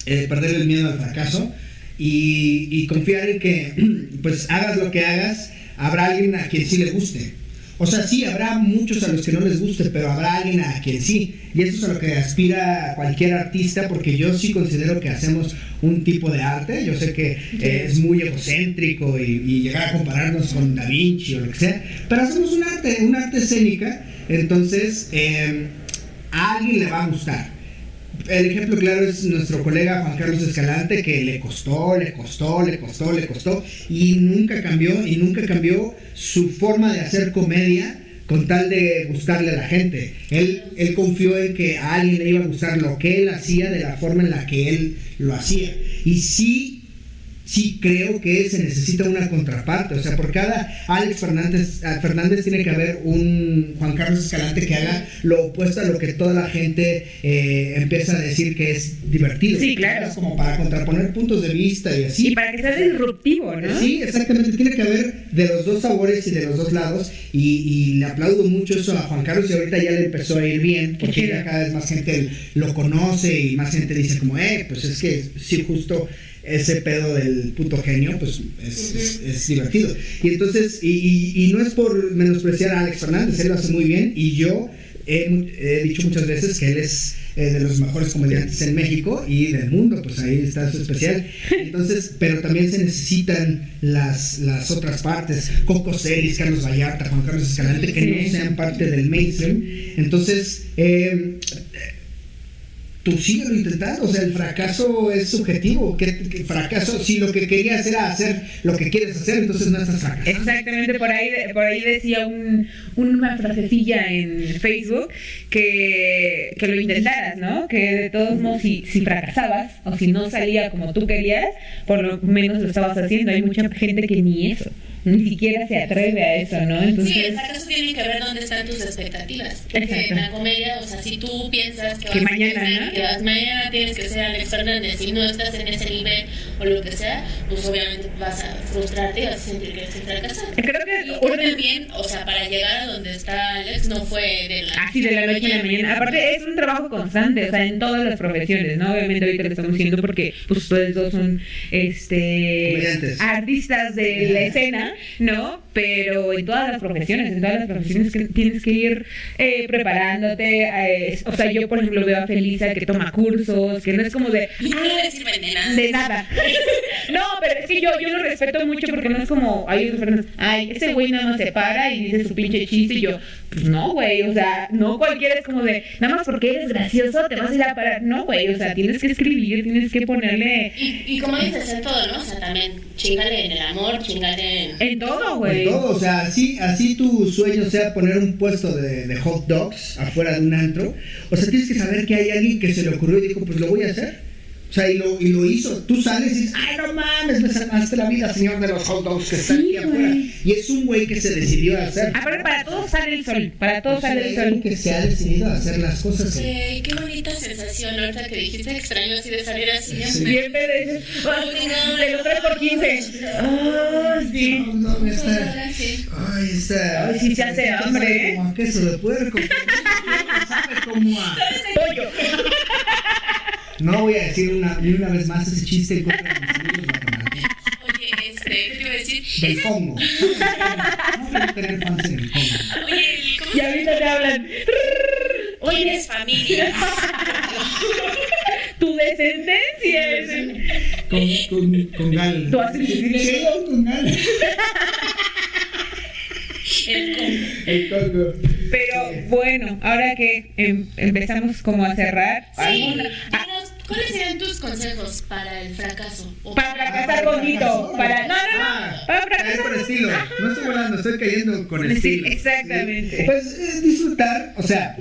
Speaker 3: eh, perder el miedo al fracaso y, y confiar en que pues hagas lo que hagas, habrá alguien a quien sí le guste. O sea, sí, habrá muchos a los que no les guste, pero habrá alguien a quien sí. Y eso es a lo que aspira cualquier artista, porque yo sí considero que hacemos un tipo de arte. Yo sé que eh, es muy egocéntrico y, y llegar a compararnos con Da Vinci o lo que sea, pero hacemos un arte, un arte escénica. Entonces, eh, a alguien le va a gustar. El ejemplo claro es nuestro colega Juan Carlos Escalante, que le costó, le costó, le costó, le costó, y nunca cambió, y nunca cambió su forma de hacer comedia con tal de gustarle a la gente. Él, él confió en que a alguien le iba a gustar lo que él hacía de la forma en la que él lo hacía. Y sí sí creo que se necesita una contraparte. O sea, por cada Alex Fernández, a Fernández tiene que haber un Juan Carlos Escalante que haga lo opuesto a lo que toda la gente eh, empieza a decir que es divertido.
Speaker 2: Sí, claro.
Speaker 3: Es como para contraponer puntos de vista y así.
Speaker 2: Y para que sea disruptivo, ¿no?
Speaker 3: Sí, exactamente. Tiene que haber de los dos sabores y de los dos lados. Y, y le aplaudo mucho eso a Juan Carlos. Y ahorita ya le empezó a ir bien. Porque
Speaker 2: chido.
Speaker 3: ya cada vez más gente lo conoce y más gente dice, como, eh, pues es que sí, justo ese pedo del puto genio, pues es, es- es divertido. Y entonces, y, y- y no es por menospreciar a Alex Fernández, él lo hace muy bien. Y yo he, mu- he dicho muchas veces que él es eh, de los mejores comediantes en México y del mundo, pues ahí está su especial. Entonces, pero también se necesitan las, las otras partes, Coco Celis, Carlos Vallarta, Juan Carlos Escalante, que no
Speaker 2: Sí.
Speaker 3: sean parte del mainstream. Entonces, eh, tú síguelo intentando, o sea, el fracaso es subjetivo, que, que fracaso, si lo que querías era hacer lo que quieres hacer, entonces no estás fracasando.
Speaker 2: Exactamente, por ahí, por ahí decía un, una frasecilla en Facebook que, que lo intentaras, ¿no? Que de todos modos, si, si fracasabas o si no salía como tú querías, por lo menos lo estabas haciendo. Hay mucha gente que ni eso, ni siquiera se atreve a eso, ¿no?
Speaker 1: Sí, el
Speaker 2: Entonces,
Speaker 1: fracaso tiene que ver dónde están tus expectativas. Porque
Speaker 2: Exacto.
Speaker 1: en la comedia, o sea, si tú piensas que,
Speaker 2: Que
Speaker 1: vas
Speaker 2: mañana,
Speaker 1: a crecer,
Speaker 2: ¿no?
Speaker 1: que vas mañana tienes que ser Alex Fernández y no estás en ese nivel o lo que sea, pues obviamente vas a frustrarte y vas a sentir que eres un fracasado. Y
Speaker 2: creo que
Speaker 1: creo
Speaker 2: una-
Speaker 1: también, o sea, para llegar a donde está Alex no fue de la
Speaker 2: así de la noche a la mañana. Aparte, es un trabajo constante, o sea, en todas las profesiones, ¿no? Obviamente, ahorita lo estamos diciendo porque, pues, ustedes dos son, este,
Speaker 3: Comediantes.
Speaker 2: artistas de la escena, ¿no? Pero en todas las profesiones, en todas las profesiones que tienes que ir eh, preparándote. eh, o sea, yo, por ejemplo, veo a Felisa que toma cursos, que no es como de,
Speaker 1: Y no le sirven de nada.
Speaker 2: de nada. No, pero es que yo, yo lo respeto mucho porque no es como, hay otras personas, ay, ese güey nada más se para y dice su pinche chiste y yo, pues no, güey, o sea, no cualquiera es como de, nada más porque eres gracioso te vas a ir a parar. No, güey, o sea, tienes que escribir, tienes que ponerle
Speaker 1: Y, y como dices en todo, ¿no? O sea, también chingale en el amor, chingale en...
Speaker 2: en todo,
Speaker 3: Con
Speaker 2: güey.
Speaker 3: todo, o sea, así, así tu sueño sea poner un puesto de, de hot dogs afuera de un antro, o sea, tienes que saber que hay alguien que se le ocurrió y dijo, pues lo voy a hacer. O sea, y lo, y lo hizo. Tú sales y dices, ay, no mames, me salvaste la vida, señor de los hot dogs que está
Speaker 2: Sí,
Speaker 3: aquí afuera.
Speaker 2: güey.
Speaker 3: Y es un güey que se decidió a hacer.
Speaker 2: Aparte, Ah, para todos sale el sol, para todos sale el
Speaker 3: Es alguien
Speaker 2: sol.
Speaker 3: que se ha decidido a hacer las cosas.
Speaker 1: Sí, qué bonita sensación ahorita que dijiste extraño así de salir así.
Speaker 3: Sí.
Speaker 2: Siempre de, de los 3 por 15. Ah, sí.
Speaker 3: No, no, me está-
Speaker 1: Sí.
Speaker 3: Ay, esa.
Speaker 2: Ay, sí se hace
Speaker 3: esa
Speaker 2: hambre,
Speaker 3: sabe
Speaker 2: ¿eh?
Speaker 3: Como a queso de puerco. Sabe como a.
Speaker 2: Pollo.
Speaker 3: No voy a decir una, ni una vez más ese chiste en contra de mis amigos guatemaltecos.
Speaker 1: Oye, este, ¿qué te iba a decir?
Speaker 3: Del
Speaker 1: Esa-
Speaker 3: Congo. No quiero tener fans en el Congo.
Speaker 1: Oye, ¿y ¿cómo
Speaker 2: Y
Speaker 1: se
Speaker 2: ahorita te hablan.
Speaker 1: Tienes familia.
Speaker 2: tu descendencia es.
Speaker 3: Con, con, con Gal.
Speaker 2: Tú haces
Speaker 3: Sí, con Gal.
Speaker 1: El combo.
Speaker 3: El Congo.
Speaker 2: Pero bueno, ahora que em- empezamos como a cerrar,
Speaker 1: Sí,
Speaker 2: ¿alguna- ah,
Speaker 1: dinos, ¿cuáles serían tus consejos para el fracaso? O-
Speaker 2: para fracasar bonito, para no, no,
Speaker 3: Ah,
Speaker 2: no, para
Speaker 3: caer con
Speaker 2: fracasar.
Speaker 3: estilo. No estoy volando, estoy cayendo con
Speaker 2: Sí,
Speaker 3: estilo.
Speaker 2: exactamente.
Speaker 3: Pues es disfrutar, o sea,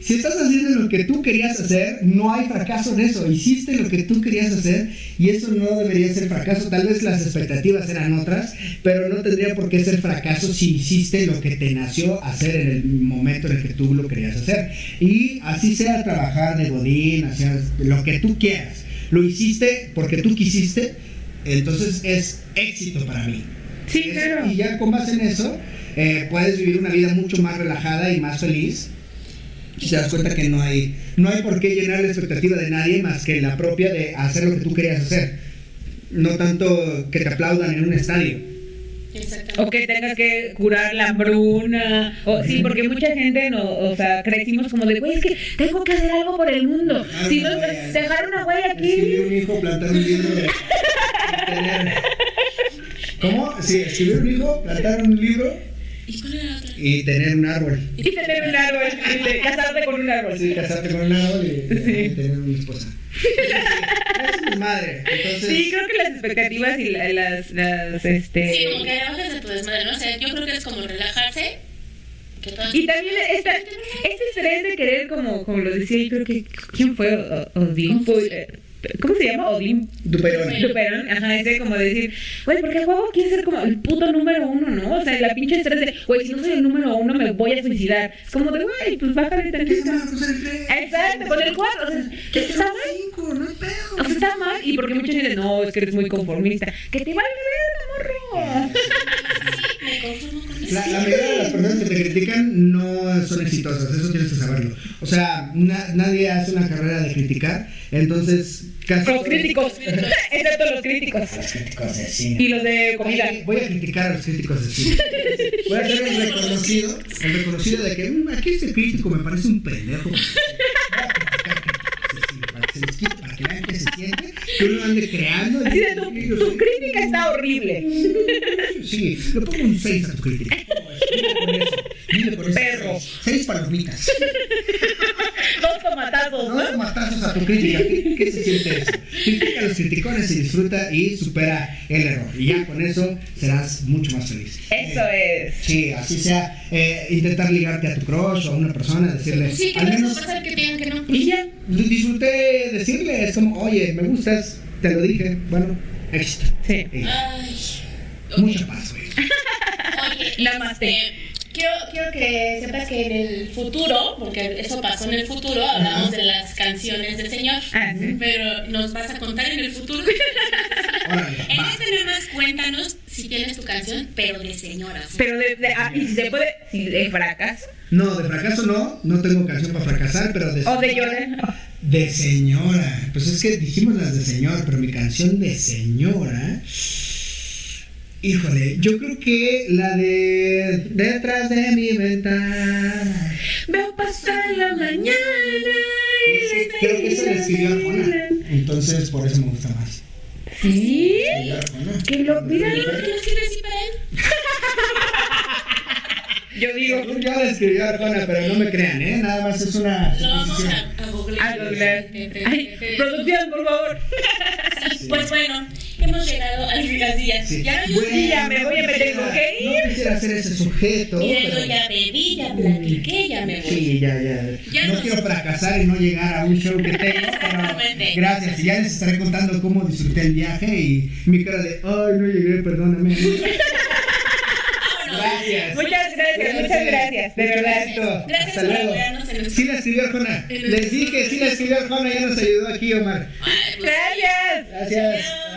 Speaker 3: si estás haciendo lo que tú querías hacer, no hay fracaso en eso. Hiciste lo que tú querías hacer y eso no debería ser fracaso. Tal vez las expectativas eran otras, pero no tendría por qué ser fracaso si hiciste lo que te nació hacer en el momento en el que tú lo querías hacer. Y así sea trabajar de godín, hacer lo que tú quieras. Lo hiciste porque tú quisiste, entonces es éxito para mí.
Speaker 2: Sí, claro.
Speaker 3: Y ya con base en eso, eh, puedes vivir una vida mucho más relajada y más feliz. Y te das cuenta que no hay, no hay por qué llenar la expectativa de nadie más que la propia de hacer lo que tú querías hacer. No tanto que te aplaudan en un estadio.
Speaker 1: Exactamente.
Speaker 2: O que tengas que curar la hambruna. O, sí, porque mucha gente, no, o sea, crecimos como de, güey, es que tengo que hacer algo por el mundo.
Speaker 3: Dejar
Speaker 2: Si no, pues,
Speaker 3: una huella.
Speaker 2: dejar una huella aquí.
Speaker 3: Escribir un hijo, plantar un libro. tener- ¿Cómo? Sí, escribir un hijo, plantar un libro
Speaker 1: ¿Y cuál era la otra?
Speaker 3: y tener un árbol.
Speaker 2: Y tener un árbol, y te- casarte con un árbol.
Speaker 3: Sí, casarte con un árbol y, y tener una esposa. Es mi madre. Entonces,
Speaker 2: Sí, creo que las expectativas y la- las, las, este...
Speaker 1: Sí, como que bajas de tu desmadre, ¿no? O sea, yo creo que es como relajarse. Que todas...
Speaker 2: Y también esta, este estrés de querer, como, como lo decía, yo creo que, ¿quién fue? O- Odín, fue, eh, ¿Cómo se llama? Odín
Speaker 3: Duperón.
Speaker 1: Duperón.
Speaker 2: Luperón, ajá, ese como decir, güey, ¿por qué huevo quieres ser como el puto número uno, no? O sea, la pinche estrés de, güey, si no soy el número uno me voy a suicidar. Es como de, güey, pues bájale
Speaker 3: ¿Qué te
Speaker 2: tantito.
Speaker 3: van a cruzar el tren?
Speaker 2: Exacto, con el cuatro, o sea,
Speaker 3: ¿Qué te
Speaker 2: está
Speaker 3: van a
Speaker 2: mal,
Speaker 3: cinco? No hay pedo.
Speaker 2: o sea, está mal, y porque mucha gente, no, es que eres muy conformista. Que te valga verga, morro.
Speaker 1: Me conformo con eso.
Speaker 3: La, la mayoría de las personas que te critican no son exitosas, eso tienes que saberlo. O sea, na- nadie hace una carrera de criticar, entonces casi.
Speaker 2: Los críticos, excepto los críticos.
Speaker 3: Los críticos de cine.
Speaker 2: Y los de comida.
Speaker 3: Voy a criticar a los críticos de cine. Voy a ser el reconocido, el reconocido de que "Mm, aquí este crítico me parece un pendejo. Voy a criticar críticos de cine, para que se les quite, para que vean que se siente, que uno ande creando.
Speaker 2: Así de, tu, tu crítica está horrible.
Speaker 3: Sí, le pongo un 6 a tu crítica. Dile por eso.
Speaker 2: Perro.
Speaker 3: 6 palomitas.
Speaker 2: Dos tomatazos,
Speaker 3: No
Speaker 2: ¿no?
Speaker 3: matazos a tu crítica. ¿Qué, qué se siente eso? Critica a los criticones y disfruta y supera el error. Y ya con eso serás mucho más feliz.
Speaker 2: Eso
Speaker 3: Eh,
Speaker 2: es.
Speaker 3: Sí, así sea. eh, intentar ligarte a tu crush o a una persona, decirle.
Speaker 1: Sí, ¿qué
Speaker 3: al
Speaker 1: les va a
Speaker 3: menos
Speaker 1: pasar que tengan que no?
Speaker 3: y ya, disfruté decirle. Es como, oye, me gustas, te lo dije. Bueno, éxito.
Speaker 2: Sí.
Speaker 3: Y ya.
Speaker 1: Ay, ok.
Speaker 3: Mucha paz, güey.
Speaker 1: Oye,
Speaker 2: Namaste.
Speaker 1: este, Quiero, quiero que sepas que en el futuro, porque eso pasó en el futuro, hablamos de las canciones del Señor,
Speaker 2: Ah, sí.
Speaker 1: pero nos vas a contar en el futuro.
Speaker 3: Órale,
Speaker 1: En
Speaker 3: va.
Speaker 1: este nada más cuéntanos si tienes tu canción, pero de señoras.
Speaker 2: Pero de, de- ah, y si se puede, si de fracaso
Speaker 3: No, de fracaso no, no tengo canción para fracasar, pero de,
Speaker 2: o de llorar.
Speaker 3: de señora. Pues es que dijimos las de señor, pero mi canción de señora. Híjole, yo creo que la de Detrás de mi ventana.
Speaker 2: Veo pasar la mañana.
Speaker 3: Ese- Creo que se le escribió a Arjona. Entonces por eso me gusta más.
Speaker 2: ¿Sí?
Speaker 3: Y Arjona.
Speaker 2: Que lo- mira.
Speaker 1: ¿Y por qué no sirve así para él?
Speaker 2: Yo digo,
Speaker 3: Según Yo la escribió Arjona, pero no me crean, ¿eh? Nada más es una.
Speaker 1: Lo vamos
Speaker 3: suposición.
Speaker 1: a, a googlear.
Speaker 2: a doblar.
Speaker 1: Te- te-
Speaker 2: Ay,
Speaker 1: te-
Speaker 2: producción, por favor.
Speaker 1: Sí, Pues bueno, hemos llegado al final. Ya,
Speaker 3: Sí.
Speaker 1: ya, yo-
Speaker 3: Bueno,
Speaker 2: Sí, ya me voy, ya me tengo que ir.
Speaker 3: No quisiera ser ese sujeto.
Speaker 1: mira, yo
Speaker 3: pero-
Speaker 1: ya bebí, ya platiqué, ya me voy.
Speaker 3: Sí, ya, ya.
Speaker 1: Ya
Speaker 3: no
Speaker 1: no.
Speaker 3: quiero fracasar y no llegar a un show que tengo, pero
Speaker 1: Exactamente.
Speaker 3: gracias. Y ya les estaré contando cómo disfruté el viaje y mi cara de, ay, no llegué, perdóname.
Speaker 1: Vámonos.
Speaker 3: Gracias.
Speaker 2: Muchas gracias, muchas gracias, de
Speaker 3: Mucho
Speaker 2: verdad.
Speaker 3: éxito.
Speaker 1: Gracias
Speaker 3: Hasta
Speaker 1: por
Speaker 3: luego.
Speaker 1: apoyarnos en el-
Speaker 3: Sí la escribió Arjona. Les dije, sí la escribió Arjona, ya nos ayudó aquí, Omar.
Speaker 1: Ay, pues,
Speaker 2: Gracias.
Speaker 3: Gracias.
Speaker 1: adiós.